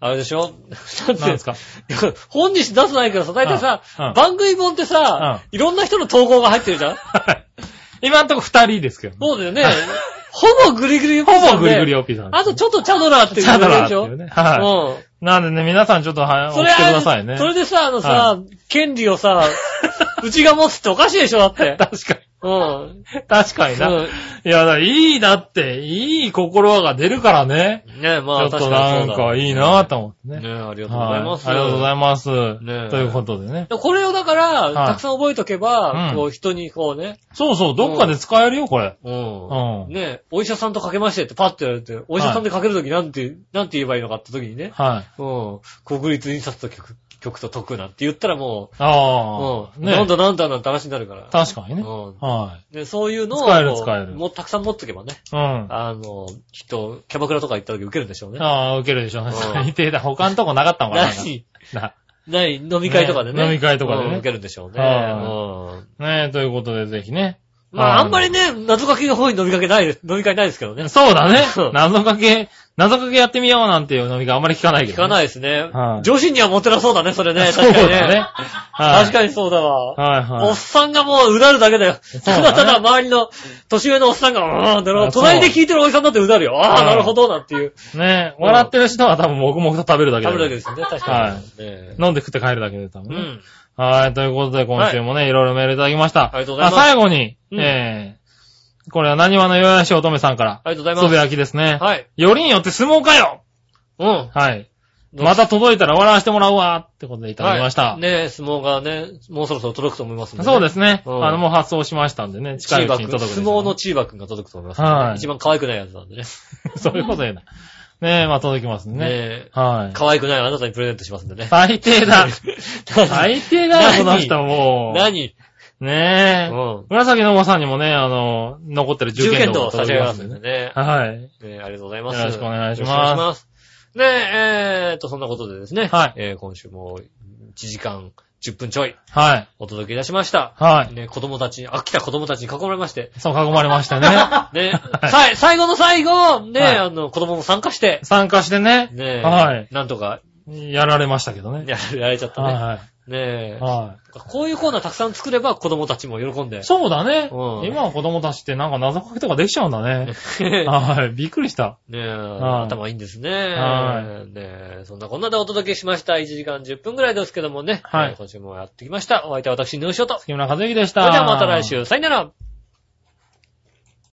あれでしょ なん何てですか 本にして出さないけどさ、大体さうんう、ん番組本ってさ、いろんな人の投稿が入ってるじゃんはい今んとこ二人ですけどね。そうだよね。ほぼグリグリほぼグリグリオピさんです。あとちょっとチャドラーってチャドラーでっしてょいうね。はうん。い。なんでね、皆さんちょっと、はい、送そっれてくあださいね。それでさ、あのはさ、権利をさ、 うちが持つっておかしいでしょだって。確かうん。に。確かにな。うんいや、だからいいだって、いい心が出るからね。ねえ、まあちょ確っかとになそうんだかいいなと思ってね。ねえ、ありがとうございはまい。す。ありがとうございます。ねえということでね。これをだから、はいたくさん覚えとけば、うんこう人にこうね、そうそう、どっかで使えるよ、これ。うんうんねえ、お医者さんとかけましてってパッてやられて、お医者さんでかけるときなんて、なんて言えばいいのかってときにね、はい。うん、国立印刷と局局と解くなんて言ったらもう、あうあ。ん、なんねだなんだなんて話になるから。確かにね。うんはでそういうのを使えるこう使えるもうたくさん持っとけばね。い。うん。あの、きっと、キャバクラとか行った時受けるんでし ょうね。ああ、受けるでしょうね。うん 最低だ。他のとこなかったのかな何、な。何、飲み会とかでね。ね飲み会とかでねうん受けるんでしょうね。はうんねえ、ということで、ぜひね。まあ、あんまりね、謎かけの方に飲みかけないです、飲み会ないですけどね。そうだねそう。謎かけ、謎かけやってみようなんていう飲みがあんまり聞かないけ聞ど、ね。。かないいですねは。い女子にはモテなそうだね、それね。 そう確かにだね。ね。はい確かにそうだわ。はいおはっさんがもううだるだけだよ。うただねだただ周りの、年上のおっさんが、うーん、だろあう。そう隣で聞いてるおじさんだってうだるよ。あうあ、んなるほど、なんていう。い。ねえ、笑ってる人は多分黙々と食べるだけだ食よべるだけですよね、確かに。ね飲んで食って帰るだけで多う分ね。ん。はい、ということで今週もね、い、ろいろメールいただきました。ありがとうございますあ最後に、うんえー、これは何話の弱々しい乙女さんから、ありがとうございつぶます。やきですね。はい。よりによって相撲かようん。はい。また届いたら笑わせてもらうわってことでいただきました。はいねえ、相撲がね、もうそろそろ届くと思いますんでね。そうですね。うんあの、もう発送しましたんでね。チ近いーうちバにくん。届くでしょう相撲のチーバくんが届くと思いますんでね。はい一番可愛くないやつなんでね。そういうことやな。ねえ、まあ届きますねね。え。はい。可愛くないあなたにプレゼントしますんでね。最低だ。最低だよ、何この人も 何う。うねえ。ん。紫のおばさんにもね、あの、残ってる中受堅験度道をを差し届上げきまますすんでんでね。ね。はい。ねありがとうございます。よろしくお願いしますよろくお願す。ねえ、えーっと、そんなことでですね。はいえー今週も1時間10分ちょいはい。お届けいたしました。はい。ね、子供たちに、飽きた子供たちに囲まれまして。そう、囲まれまし たね。ね、はいさい最後の最後、ね、はいあの、子供も参加して、参加してね。ねはい。なんとかやられましたけどね。やられちゃったね。はねい。え。はこういうコーナーたくさん作れば子供たちも喜んで い。。そうだね。うん今は子供たちってなんか謎かけとかできちゃうんだね。 はい。びっくりした。ねえ、はい頭いいんですね。はねえ、そんなこんなでお届けしました。1時間10分ぐらいですけどもね。はいえー今週もやってきました。お相手は私、ヌーショット。杉村和之でしそた。れではまた来週。さよなら。